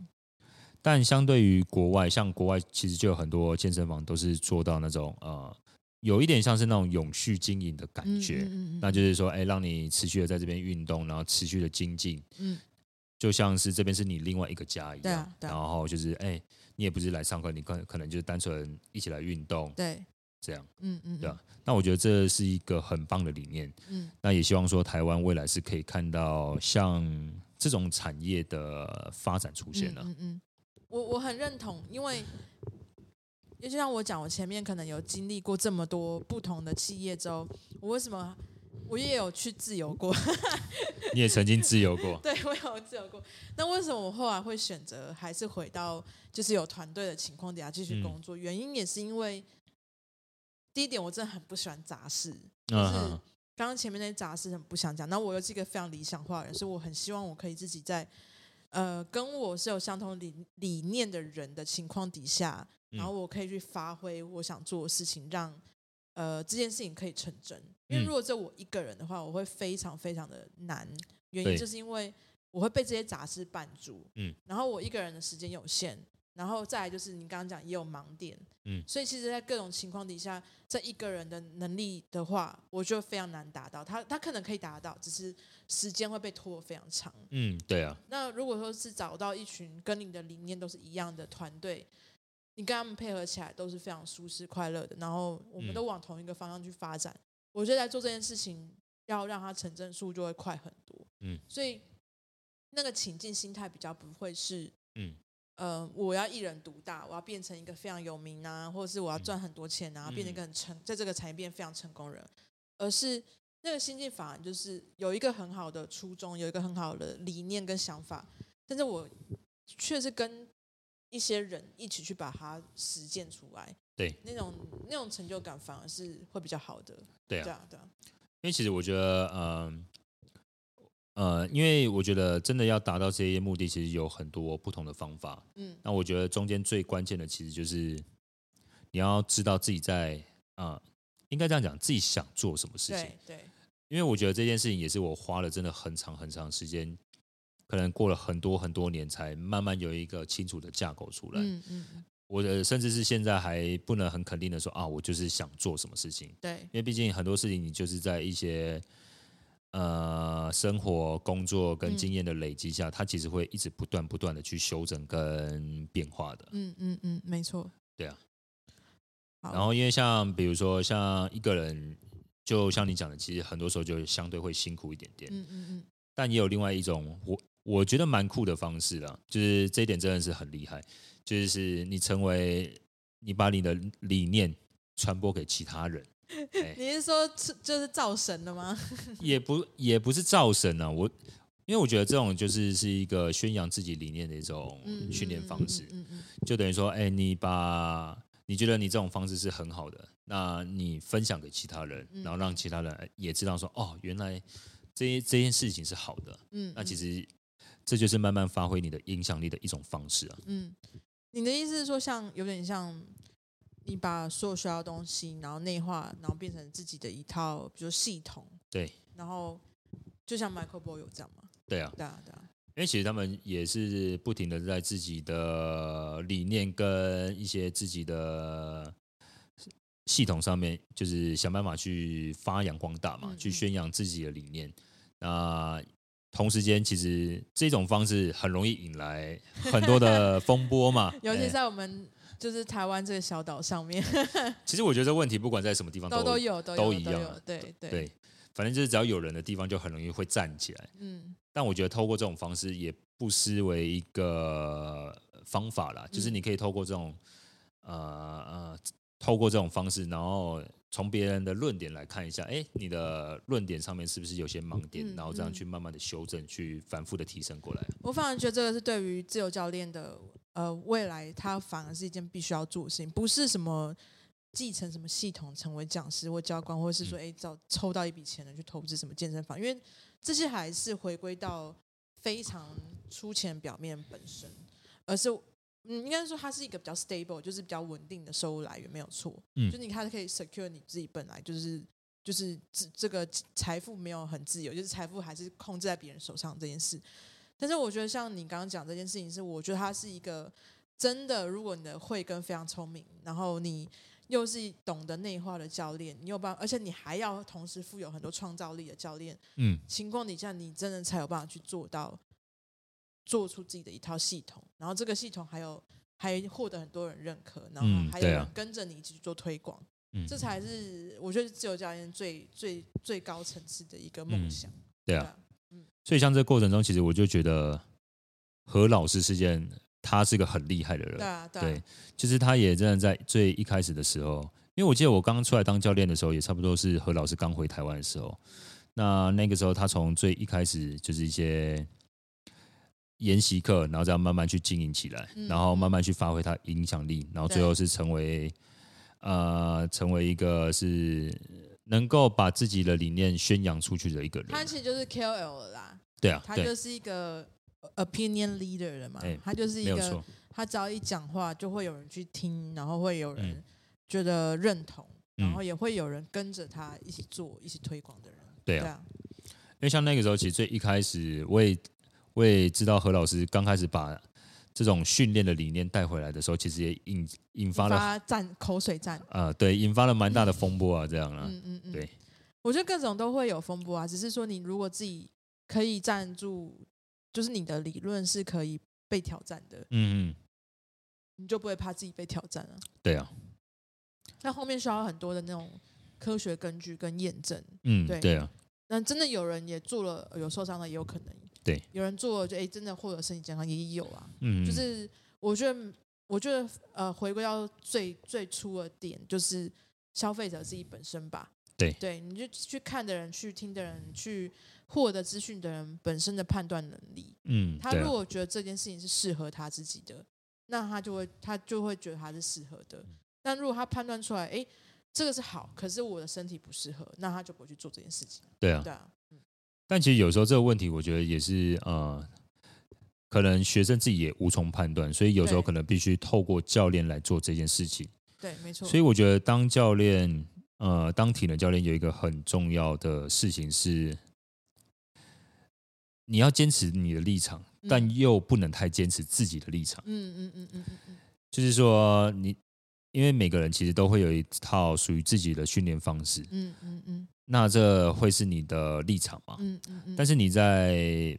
S2: 但相对于国外，像国外其实就有很多健身房都是做到那种呃有一点像是那种永续经营的感
S1: 嗯
S2: 觉。
S1: 嗯嗯
S2: 那就是说，哎、让你持续的在这边运动，然后持续的精进，
S1: 嗯
S2: 就像是这边是你另外一个家一样。
S1: 对啊对啊
S2: 然后就是，哎、你也不是来上课，你可可能就是单纯一起来运动
S1: 对，
S2: 这样。
S1: 嗯嗯，
S2: 对啊那我觉得这是一个很棒的理念。
S1: 嗯
S2: 那也希望说，台湾未来是可以看到像这种产业的发展出现啊
S1: 嗯
S2: 了、
S1: 嗯嗯，我我很认同，因为就像我讲，我前面可能有经历过这么多不同的企业之后，我为什么我也有去自由过，，
S2: 你也曾经自由过
S1: 对我有自由过。那为什么我后来会选择还是回到就是有团队的情况底下继续
S2: 嗯
S1: 工作？原因也是因为第一点，我真的很不喜欢杂事，
S2: 嗯
S1: 是
S2: 哼，
S1: 刚刚前面那些杂事很不想讲，那我又是一个非常理想化的人，所以我很希望我可以自己在呃跟我是有相同理理念的人的情况底下，
S2: 嗯
S1: 然后我可以去发挥我想做的事情，让呃这件事情可以成真。因为
S2: 嗯
S1: 如果只有我一个人的话，我会非常非常的难，原因
S2: 对
S1: 就是因为我会被这些杂事绊住，
S2: 嗯，
S1: 然后我一个人的时间有限，然后再来就是你刚刚讲也有盲点，
S2: 嗯
S1: 所以其实，在各种情况底下，这一个人的能力的话，我觉得非常难达到。他他可能可以达到，只是时间会被拖得非常长。
S2: 嗯，对啊，
S1: 那如果说是找到一群跟你的理念都是一样的团队，你跟他们配合起来都是非常舒适快乐的，然后我们
S2: 嗯
S1: 都往同一个方向去发展，我觉得在做这件事情，要让它成真速就会快很多。
S2: 嗯，
S1: 所以那个情境心态比较不会是，
S2: 嗯，
S1: 呃，我要一人独大，我要变成一个非常有名啊，或者是我要赚很多钱啊，
S2: 嗯
S1: 变成一个很成，在这个产业变得非常成功的人，而是那个心境反而就是有一个很好的初衷，有一个很好的理念跟想法，但是我却是跟一些人一起去把它实践出来，
S2: 对，
S1: 那种那种成就感反而是会比较好的，
S2: 对
S1: 对
S2: 啊。
S1: 啊，对啊，
S2: 因为其实我觉得，嗯、呃，因为我觉得真的要达到这些目的，其实有很多不同的方法。
S1: 嗯
S2: 那我觉得中间最关键的，其实就是你要知道自己在，呃，应该这样讲，自己想做什么事情。
S1: 对对，
S2: 因为我觉得这件事情也是我花了真的很长很长时间，可能过了很多很多年，才慢慢有一个清楚的架构出来。
S1: 嗯嗯，嗯
S2: 我的甚至是现在还不能很肯定的说啊，我就是想做什么事情。
S1: 对，
S2: 因为毕竟很多事情你就是在一些呃生活、工作跟
S1: 嗯
S2: 经验的累积下，它其实会一直不断不断的去修正跟变化的。
S1: 嗯嗯嗯，没错，
S2: 对啊，
S1: 好，
S2: 然后因为像比如说像一个人，就像你讲的，其实很多时候就相对会辛苦一点点，
S1: 嗯嗯嗯，
S2: 但也有另外一种我我觉得蛮酷的方式啦，就是这一点真的是很厉害，就是你成为你把你的理念传播给其他 人。哎
S1: 你是说是就是造神的吗？
S2: 也不也不是造神啊，我因为我觉得这种就是是一个宣扬自己理念的一种
S1: 嗯，
S2: 训练
S1: 嗯
S2: 方式，
S1: 嗯嗯嗯
S2: 就等于说，哎、你把你觉得你这种方式是很好的，那你分享给其他人，
S1: 嗯
S2: 然后让其他人哎也知道说，哦，原来这这件事情是好的，
S1: 嗯，
S2: 那其
S1: 实，
S2: 实这就是慢慢发挥你的影响力的一种方式啊。
S1: 嗯，你的意思是说像有点像。你把所有学到的东西，然后内化，然后变成自己的一套，比如说系统，
S2: 对
S1: 然后就像 Michael b o y 有这样吗？
S2: 对啊，
S1: 对啊，对啊，
S2: 因为其实他们也是不停的在自己的理念跟一些自己的系统上面，就是想办法去发扬光大嘛，
S1: 嗯
S2: 去
S1: 嗯
S2: 宣扬自己的理念。那同时间，其实这种方式很容易引来很 多的风波嘛。
S1: 尤其
S2: 哎
S1: 在我们就是台湾这个小岛上面，
S2: 其实我觉得这问题不管在什么地方
S1: 都都
S2: 都
S1: 有都有
S2: 都
S1: 都
S2: 一样啊
S1: 有，对对，
S2: 对，反正就是只要有人的地方，就很容易会站起来。
S1: 嗯
S2: 但我觉得透过这种方式也不失为一个方法啦，就是
S1: 嗯
S2: 你可以透过这种呃呃，透过这种方式，然后从别人的论点来看一下，哎，你的论点上面是不是有些盲点，
S1: 嗯
S2: 然后这样
S1: 嗯
S2: 去慢慢的修正，去反复的提升过来。
S1: 我反而觉得这个是对于自由教练的呃未来，他反而是一件必须要做的事情，不是什么继承什么系统成为讲师或教官，或是说哎找抽到一笔钱的去投资什么健身房，因为这些还是回归到非常粗浅表面本身，而是。嗯，应该说它是一个比较 stable，就是比较稳定的收入来源，没有错。
S2: 嗯
S1: 就你它可以 secure 你自己本来就是就是这这个财富没有很自由，就是财富还是控制在别人手上这件事。但是我觉得像你刚刚讲这件事情是，我觉得它是一个真的，如果你的慧根非常聪明，然后你又是懂得内化的教练，你有办法，而且你还要同时富有很多创造力的教练，
S2: 嗯，
S1: 情况底下，你真的才有办法去做到，做出自己的一套系统，然后这个系统还有还获得很多人认可，然
S2: 嗯
S1: 后还有
S2: 对啊
S1: 人跟着你一起去做推广，
S2: 嗯
S1: 这才是我觉得自由教练最最最高层次的一个梦
S2: 嗯
S1: 想。
S2: 对啊。所以像这过程中，其实我就觉得何老师是件他是个很厉害的人，
S1: 对啊，对啊，
S2: 对，就是他也真的在最一开始的时候，因为我记得我刚出来当教练的时候，也差不多是何老师刚回台湾的时候。那那个时候，他从最一开始就是一些研习课，然后再慢慢去经营起来，
S1: 嗯
S2: 然后慢慢去发挥他影响力，然后最
S1: 对
S2: 后是成为呃，成为一个是能够把自己的理念宣扬出去的一个人。
S1: 他其实就是 KOL 了啦，
S2: 对啊，
S1: 他
S2: 对，
S1: 就是一个 opinion leader 了嘛，
S2: 哎
S1: 他就是
S2: 没
S1: 一
S2: 有
S1: 个
S2: 错，
S1: 他只要一讲话，就会有人去听，然后会有人
S2: 嗯
S1: 觉得认同，
S2: 嗯
S1: 然后也会有人跟着他一起做、一起推广的人。
S2: 对
S1: 对
S2: 啊。
S1: 啊，
S2: 因为像那个时候，其实最一开始，我也我也知道何老师刚开始把这种训练的理念带回来的时候，其实也引引发了
S1: 发战口水战，
S2: 呃，对，引发了蛮大的风波啊，这样啊，
S1: 嗯嗯嗯，
S2: 对。
S1: 我觉得各种都会有风波啊，只是说你如果自己可以站住，就是你的理论是可以被挑战的，
S2: 嗯嗯，
S1: 你就不会怕自己被挑战了。
S2: 对啊，
S1: 那后面需要很多的那种科学根据跟验证，
S2: 嗯，
S1: 对
S2: 对啊，
S1: 那真的有人也做了，呃有受伤的也有可能。
S2: 对，
S1: 有人做了就哎、真的获得身体健康也有啊。
S2: 嗯，
S1: 就是我觉得，我觉得呃，回归到最最初的点，就是消费者自己本身吧。
S2: 对
S1: 对，你就去看的人、去听的人、去获得资讯的人本身的判断能力。
S2: 嗯，
S1: 他
S2: 对
S1: 如
S2: 啊，
S1: 果觉得这件事情是适合他自己的，那他就会他就会觉得他是适合的。
S2: 嗯
S1: 那如果他判断出来，哎，这个是好，可是我的身体不适合，那他就不会去做这件事情。
S2: 对啊
S1: 对，啊，
S2: 但其实有时候这个问题，我觉得也是呃，可能学生自己也无从判断，所以有时候
S1: 对
S2: 可能必须透过教练来做这件事情。
S1: 对，没错。
S2: 所以我觉得当教练，呃，当体能教练有一个很重要的事情是，你要坚持你的立场，
S1: 嗯
S2: 但又不能太坚持自己的立场。
S1: 嗯嗯嗯嗯嗯嗯，
S2: 就是说你，因为每个人其实都会有一套属于自己的训练方式，
S1: 嗯嗯嗯
S2: 那这会是你的立场嘛？
S1: 嗯嗯嗯，
S2: 但
S1: 是
S2: 是你在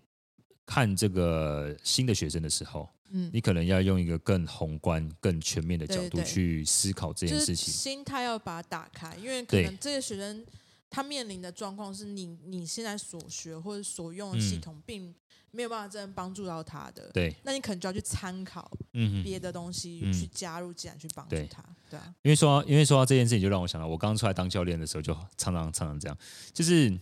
S2: 看这个新的学生的时候，
S1: 嗯，
S2: 你可能要用一个更宏观、更全面的
S1: 对
S2: 角度
S1: 对
S2: 去思考这件
S1: 就是
S2: 事情。
S1: 心态要把它打开，因为可
S2: 对
S1: 能这些学生他面临的状况是你你现在所学或者所用的系
S2: 嗯
S1: 统并没有办法真的帮助到他的，
S2: 对，
S1: 那你可能就要去参考
S2: 嗯哼。
S1: 别的东西
S2: 嗯
S1: 去加入进来去帮助
S2: 对
S1: 他，对啊，
S2: 因为说到，因为说到这件事情，就让我想到我刚出来当教练的时候，就常常常常这样，就是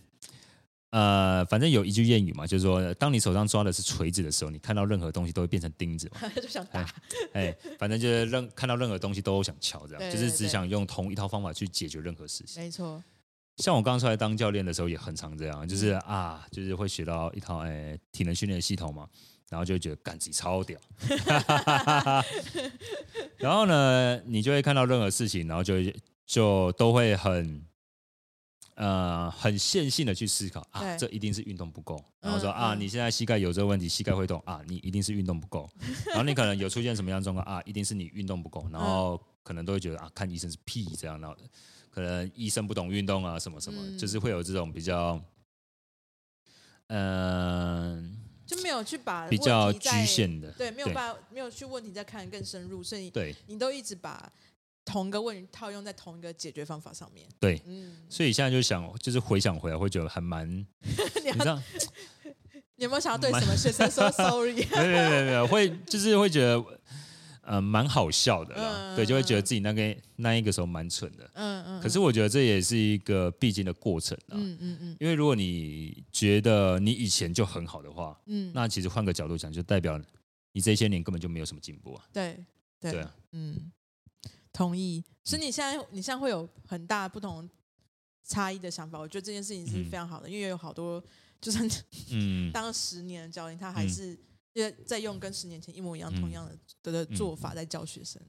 S2: 呃，反正有一句谚语嘛，就是说，当你手上抓的是锤子的时候，你看到任何东西都会变成钉子嘛，
S1: 就想打，
S2: 哎，反正就是任看到任何东西都想敲，这样
S1: 对
S2: 就是
S1: 对
S2: 只想用同一套方法去解决任何事情。
S1: 没错，
S2: 像我刚出来当教练的时候，也很常这样，就是
S1: 嗯
S2: 啊，就是会学到一套哎体能训练的系统嘛，然后就会觉得干自己超屌， 然后呢，你就会看到任何事情，然后就会就都会很呃很线性的去思考啊，
S1: 对
S2: 这一定是运动不够，然后
S1: 嗯
S2: 说啊，
S1: 嗯
S2: 你现在膝盖有这个问题，膝盖会痛啊，你一定是运动 不够，然后你可能有出现什么样的状况啊，一定是你运动不
S1: 嗯
S2: 够，然后可能都会觉得啊，看医生是屁这样，然后可能医生不懂运动啊，什么什么，
S1: 嗯
S2: 就是会有这种比较，嗯、
S1: 就没有去把
S2: 比
S1: 问
S2: 较
S1: 题再
S2: 局，限的，
S1: 对，没有
S2: 对
S1: 办法，没有去问题再看得更深入，所以
S2: 对
S1: 你都一直把同一个问题套用在同一个解决方法上面，
S2: 对。
S1: 嗯，
S2: 所以现在就想，就是回想回来，会觉得还蛮，
S1: 你
S2: 你
S1: 要
S2: 知道，
S1: 你有没有想要对什么 学生说 sorry？
S2: 没有没有没有没有，会就是会觉得，呃，蛮好笑的啦，
S1: 嗯
S2: 对，就会觉得自己那个那一个时候蛮蠢的。
S1: 嗯嗯，
S2: 可是我觉得这也是一个必经的过程啊，
S1: 嗯嗯嗯
S2: 因为如果你觉得你以前就很好的话，
S1: 嗯，
S2: 那其实换个角度讲，就代表你这些年根本就没有什么进步啊。
S1: 对对
S2: 对啊，
S1: 嗯，同意。所以你现在你现在会有很大不同差异的想法，我觉得这件事情是
S2: 嗯
S1: 非常好的，因为有好多就是
S2: 嗯，
S1: 当十年的教练，他还
S2: 嗯
S1: 是也在用跟十年前一模一样
S2: 嗯
S1: 同样的的的
S2: 嗯
S1: 做法在教学生。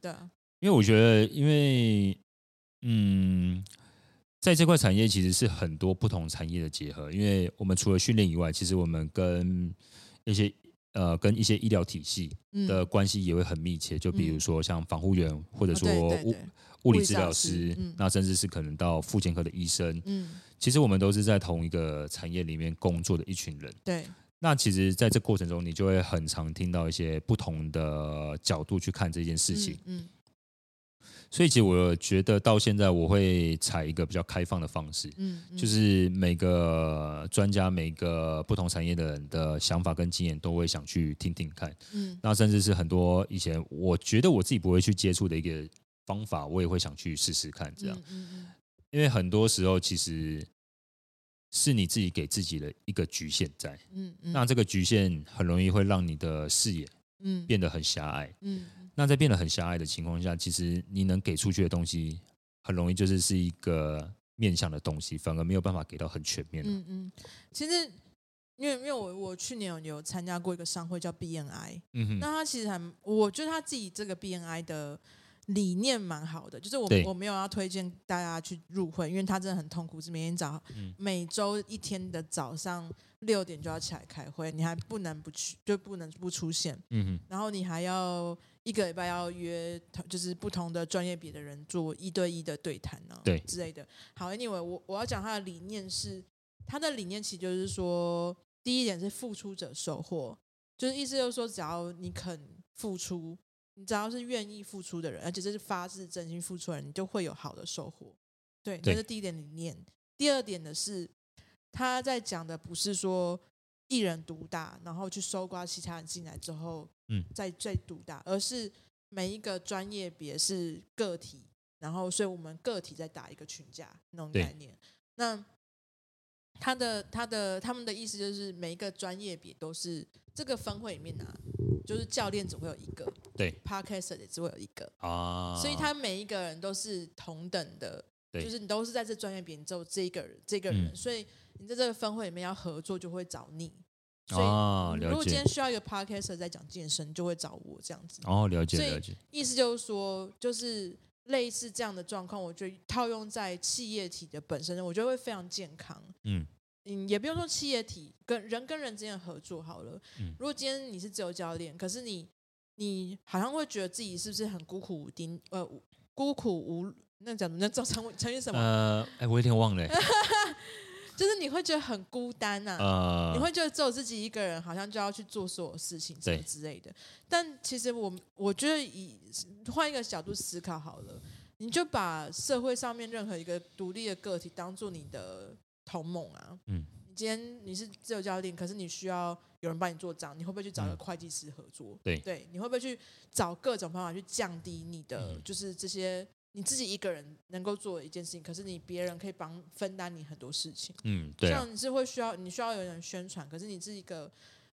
S1: 对啊，
S2: 因为我觉得，因为嗯，在这块产业其实是很多不同产业的结合，因为我们除了训练以外，其实我们跟一些呃跟一些医疗体系
S1: 嗯
S2: 的关系也会很密切，就比如
S1: 嗯
S2: 说像防护员，或者
S1: 哦
S2: 说
S1: 对对对
S2: 物物
S1: 物
S2: 理
S1: 理
S2: 治
S1: 治疗
S2: 疗
S1: 师
S2: 师
S1: 嗯，
S2: 那甚至是可能到妇健科的医生，
S1: 嗯，
S2: 其实我们都是在同一个产业里面工作的一群人。
S1: 对，
S2: 那其实，在这过程中，你就会很常听到一些不同的角度去看这件事情。
S1: 嗯，
S2: 所以，其实我觉得到现在，我会采一个比较开放的方式，
S1: 嗯嗯，
S2: 就是每个专家、每个不同产业的人的想法跟经验，都会想去听听看。
S1: 嗯
S2: 那甚至是很多以前我觉得我自己不会去接触的一个方法，我也会想去试试看。这样，
S1: 嗯嗯
S2: 因为很多时候其实是你自己给自己的一个局限在。
S1: 嗯嗯，
S2: 那这个局限很容易会让你的视野
S1: 嗯
S2: 变得很狭隘。
S1: 嗯
S2: 那在变得很狭隘的情况下，其实你能给出去的东西，很容易就是是一个面向的东西，反而没有办法给到很全面的。
S1: 嗯嗯，其实因为因为我我去年有参加过一个商会叫 BNI，
S2: 嗯哼，
S1: 那他其实还，我觉得他自己这个 BNI 的理念蛮好的，就是我
S2: 对
S1: 我没有要推荐大家去入会，因为他真的很痛苦，是每天早、
S2: 嗯
S1: 每周一天的早上六点就要起来开会，你还不能不去，就不能不出现，
S2: 嗯哼，
S1: 然后你还要一个礼拜要约同，就是不同的专业别的人做一对一的对谈啊，
S2: 对
S1: 之类的。好，anyway，我我要讲他的理念是，他的理念其实就是说，第一点是付出者收获，就是意思就是说，只要你肯付出，你只要是愿意付出的人，而且这是发自真心付出的人，你就会有好的收获。对，这
S2: 对
S1: 是第一点理念。第二点的是，他在讲的不是说一人独大，然后去搜刮其他人进来之后，
S2: 嗯
S1: 再再独大，而是每一个专业别是个体，然后所以我们个体在打一个群架那种
S2: 对
S1: 概念。那他的他的他们的意思就是每一个专业别都是这个分会里面啊，就是教练只会有一个
S2: 对
S1: p a r k e s t 也只会有一个，
S2: 啊，
S1: 所以他每一个人都是同等的，
S2: 对
S1: 就是你都是在这专业别，你只有这一个人，这个人，
S2: 嗯
S1: 所以你在这个分会里面要合作，就会找你。所以
S2: 啊，
S1: 嗯如
S2: 了
S1: 果今
S2: 解
S1: 天，需要一个 podcaster 在讲健身，就会找我这样子。
S2: 哦，了解
S1: 所以
S2: 了解，
S1: 意思就是说，就是类似这样的状况，我觉得套用在企业体的本身，我觉得会非常健康。
S2: 嗯
S1: 嗯，也不用说企业体跟人跟人之间的合作好了。
S2: 嗯
S1: 如果今天你是自由教练，可是你你好像会觉得自己是不是很孤苦无丁呃孤苦无那讲那叫成成语什么？
S2: 呃，哎，我有点忘了欸，
S1: 就是你会觉得很孤单啊呐、
S2: 呃，
S1: 你会觉得只有自己一个人，好像就要去做所有事情什么
S2: 对
S1: 之类的。但其实我我觉得以换一个角度思考好了，你就把社会上面任何一个独立的个体当做你的同盟啊。
S2: 嗯，
S1: 你今天你是自由教练，可是你需要有人帮你做账，你会不会去找一个会计师合作？
S2: 嗯对
S1: 对，你会不会去找各种方法去降低你的、
S2: 嗯
S1: 就是这些？你自己一个人能够做的一件事情，可是你别人可以帮分担你很多事情。
S2: 嗯，对啊，
S1: 像你是会需要你需要有人宣传，可是你是一个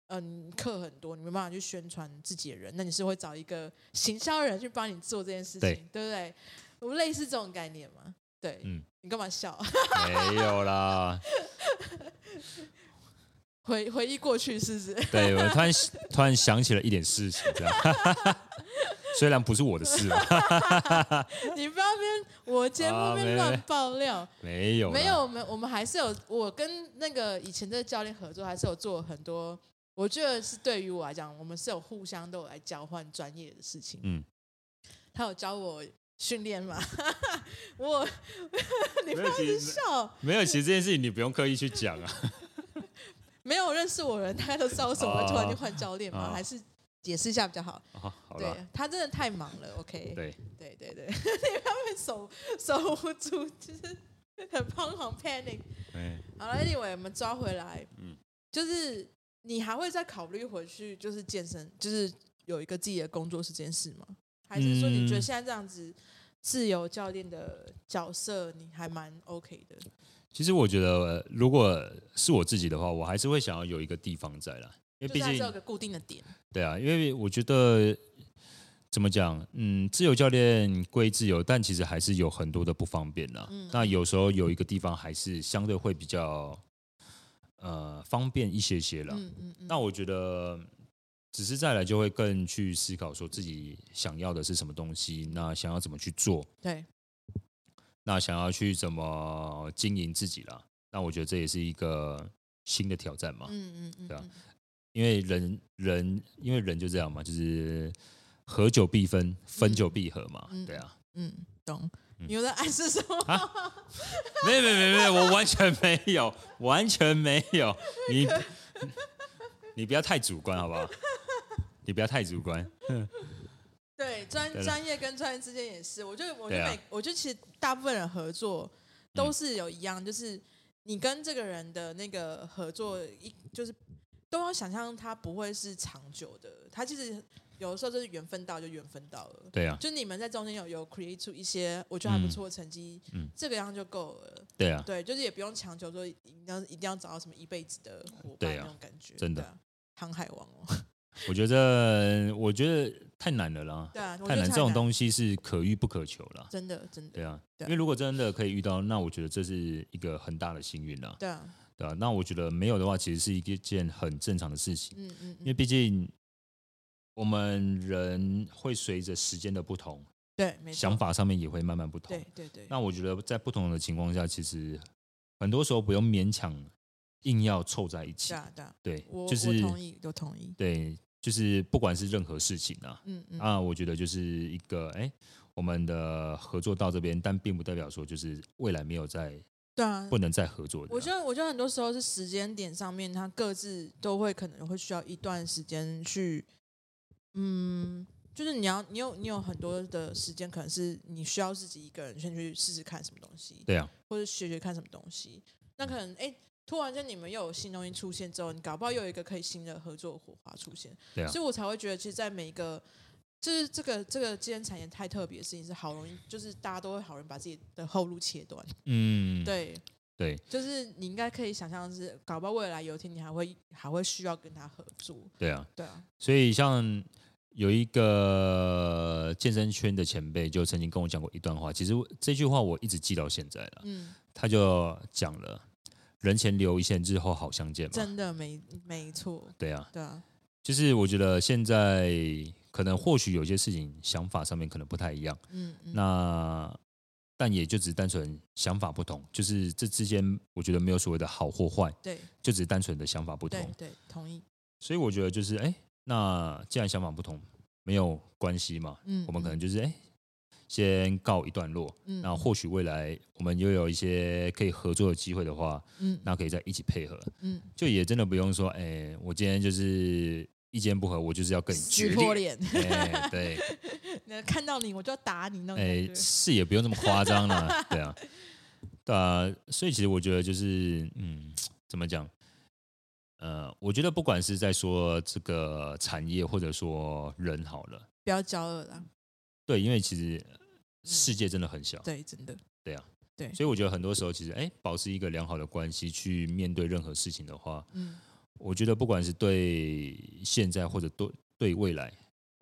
S1: 嗯课很多，你没办法去宣传自己的人，那你是会找一个行销人去帮你做这件事情，
S2: 对
S1: 对不对？我类似这种概念嘛，对，
S2: 嗯
S1: 你干嘛笑？
S2: 没有啦，
S1: 回回忆过去是 不是？
S2: 对我突然突然想起了一点事情，这样， 虽然不是我的事啊嘛，
S1: 你不要边我节目
S2: 啊没
S1: 边
S2: 没
S1: 乱爆料，
S2: 没有啦，
S1: 没有，我们我们还是有，我跟那个以前的教练合作，还是有做很多。我觉得是对于我来讲，我们是有互相都有来交换专业的事情。
S2: 嗯，
S1: 他有教我训练嘛？ 我你不要
S2: 没有
S1: 一直
S2: 其实
S1: 笑，
S2: 没有，其实这件事情你不用刻意去讲啊，
S1: 没有认识我的人，大家都知道为什么会突然就换教练嘛？
S2: 哦
S1: 还是解释一下比较好。
S2: 啊好
S1: 对
S2: 了，
S1: 他真的太忙了，OK。
S2: 对，
S1: 对对对， 你不要被手手无足，就是很彷徨 panic。
S2: 哎，
S1: 好了，Anyway，我们抓回来，嗯
S2: 嗯，
S1: 就是你还会再考虑回去，就是健身，就是有一个自己的工作室这件事吗？还是说你觉得
S2: 嗯
S1: 现在这样子自由教练的角色，你还蛮 OK 的？
S2: 嗯其实我觉得呃如果是我自己的话，我还是会想要有一个地方在啦，因为
S1: 就
S2: 毕
S1: 是还是
S2: 竟
S1: 有个固定的点，
S2: 对啊，因为我觉得怎么讲，嗯，自由教练归自由，但其实还是有很多的不方便啦。
S1: 嗯
S2: 那有时候有一个地方还是相对会比较呃方便一些些啦。
S1: 嗯嗯嗯，
S2: 啊那我觉得，只是再来就会更去思考说自己想要的是什么东西，那想要怎么去做，
S1: 对，
S2: 那想要去怎么经营自己啦。那我觉得这也是一个新的挑战嘛。
S1: 嗯嗯嗯，
S2: 对啊
S1: 嗯
S2: 因为人人因为人就这样嘛，就是合久必分，分久必合嘛，
S1: 嗯
S2: 对啊，
S1: 嗯，懂。你有在暗示什么？嗯
S2: 没有没有没有没有，我完全没有，完全没有，你你不要太主观好不好？你不要太主观，
S1: 对，专
S2: 对了
S1: 专业跟专业之间也是，我觉得，我觉
S2: 对
S1: 得
S2: 啊
S1: 每，我觉得其实大部分人合作都是有一样，就是你跟这个人的那个合作，一就是都要想象他不会是长久的，他其实有的时候就是缘分到就缘分到了。
S2: 对啊，
S1: 就你们在中间有有 create 出一些我觉得还不错的成绩，
S2: 嗯
S1: 这个样就够了。
S2: 对啊，
S1: 对，就是也不用强求说一定要一定要找到什么一辈子的伙伴
S2: 对啊
S1: 那种感觉，
S2: 真的
S1: 对啊航海王哦，
S2: 我觉得我觉得太难了啦，
S1: 对啊，我觉
S2: 太
S1: 得
S2: 难，这种
S1: 西
S2: 东西是可遇不可求啦。
S1: 真的真的，
S2: 对啊，
S1: 对啊
S2: 因为如果真的可以遇到，那我觉得这是一个很大的幸运啦，
S1: 对啊，
S2: 对啊，那我觉得没有的话，其实是一件很正常的事情，
S1: 嗯嗯，
S2: 因为
S1: 嗯，
S2: 毕竟我们人会随着时间的不同，
S1: 对，没错
S2: 想，法上面也会慢慢不
S1: 对
S2: 同。
S1: 对对，
S2: 那我觉得在不同的情况下，其实很多时候不用勉强硬要凑在一起
S1: 对，啊对啊，
S2: 对
S1: 我，
S2: 就是啊
S1: 我同意，我同意，
S2: 对，就是不管是任何事情啊，
S1: 嗯嗯，
S2: 啊，我觉得就是一个哎。我们的合作到这边，但并不代表说就是未来没有再
S1: 对啊
S2: 不。能再合作的啊。
S1: 我觉得，我觉得很多时候是时间点上面，他各自都会可能会需要一段时间去，嗯，就是你要你有你有很多的时间，可能是你需要自己一个人先去试试看什么东西，
S2: 对啊，
S1: 或者学学看什么东西。那可能哎、突然间你们又有新东西出现之后，你搞不好又有一个可以新的合作火花出现。
S2: 对啊
S1: 所以我才会觉得，其实，在每一个就是这个这个健身产业太特别的事情，是好容易，就是大家都会好容易把自己的后路切断。
S2: 嗯，
S1: 对，
S2: 对
S1: 就是你应该可以想象是，搞不好未来有一天你还会还会需要跟他合作。
S2: 对啊，
S1: 对啊，
S2: 所以像有一个健身圈的前辈就曾经跟我讲过一段话，其实我这句话我一直记到现在了。
S1: 嗯，
S2: 他就讲了：“人前留一线，日后好相见嘛。
S1: 真的没没错，”
S2: 对啊，
S1: 对啊，
S2: 就是我觉得现在可能或许有些事情想法上面可能不太一样，
S1: 嗯嗯，
S2: 那但也就只是单纯想法不同，就是这之间我觉得没有所谓的好或坏，
S1: 对
S2: 就只是单纯的想法不
S1: 对
S2: 同。
S1: 对，同意。
S2: 所以我觉得就是，哎，那既然想法不同，没有关系嘛，
S1: 嗯，
S2: 我们可能就是哎、先告一段落。
S1: 嗯，
S2: 那或许未来我们又有一些可以合作的机会的话，
S1: 嗯
S2: 那可以再一起配合，
S1: 嗯，
S2: 就也真的不用说，哎、我今天就是意见不合，我就是要跟你决
S1: 撕破
S2: 裂。
S1: 脸，
S2: 哎、对，
S1: 那看到你我就要打你那种
S2: 哎、
S1: 感觉。
S2: 是也不用这么夸张啦， 对啊，对啊，所以其实我觉得就是，嗯，怎么讲？呃，我觉得不管是在说这个产业，或者说人好了，
S1: 不要骄傲啦，
S2: 对，因为其实世界真的很小，
S1: 嗯对，真的，
S2: 对啊，
S1: 对
S2: 所以我觉得很多时候其实，哎，保持一个良好的关系去面对任何事情的话，
S1: 嗯，
S2: 我觉得不管是对现在或者对对未来，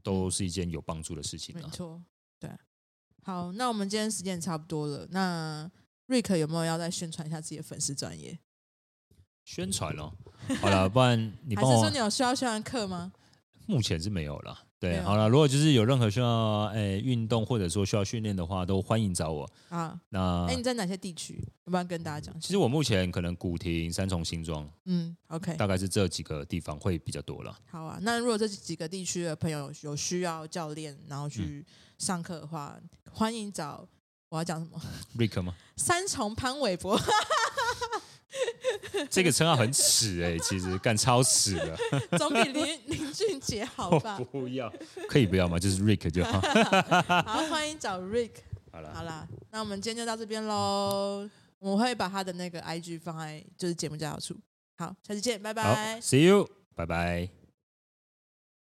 S2: 都是一件有帮助的事情
S1: 嗯没
S2: 啊。
S1: 错，对。好，那我们今天时间也差不多了，那瑞克有没有要再宣传一下自己的粉丝专业？
S2: 宣传哦，好了，不然你
S1: 还
S2: 帮
S1: 是
S2: 我
S1: 说你，有需要宣传课吗？
S2: 目前是没有了。对
S1: 没，有
S2: 好了，如果就是有任何需要哎运动或者说需要训练的话，都欢迎找我。
S1: 啊，
S2: 那
S1: 哎、你在哪些地区？要不要跟大家讲一下？
S2: 其实我目前可能古亭、三重、新庄，
S1: 嗯，OK，
S2: 大概是这几个地方会比较多 了。
S1: 好啊。那如果这几个地区的朋友有需要教练，然后
S2: 嗯
S1: 去上课的话，欢迎找我要讲什么？
S2: 瑞克吗？
S1: 三重潘玮柏，
S2: 这个称号很 耻哎、其实干超耻的。
S1: 总比 林林俊杰好吧？
S2: 不要，可以不要吗？就是 Rick 就好。
S1: 好，欢迎找 Rick。
S2: 好
S1: 好
S2: 了，
S1: 啦，那我们今天就到这边喽。我会把他的那个 IG 放在就是节目介绍处。好，下次见，拜
S2: 好
S1: 拜。
S2: ，See you，拜拜。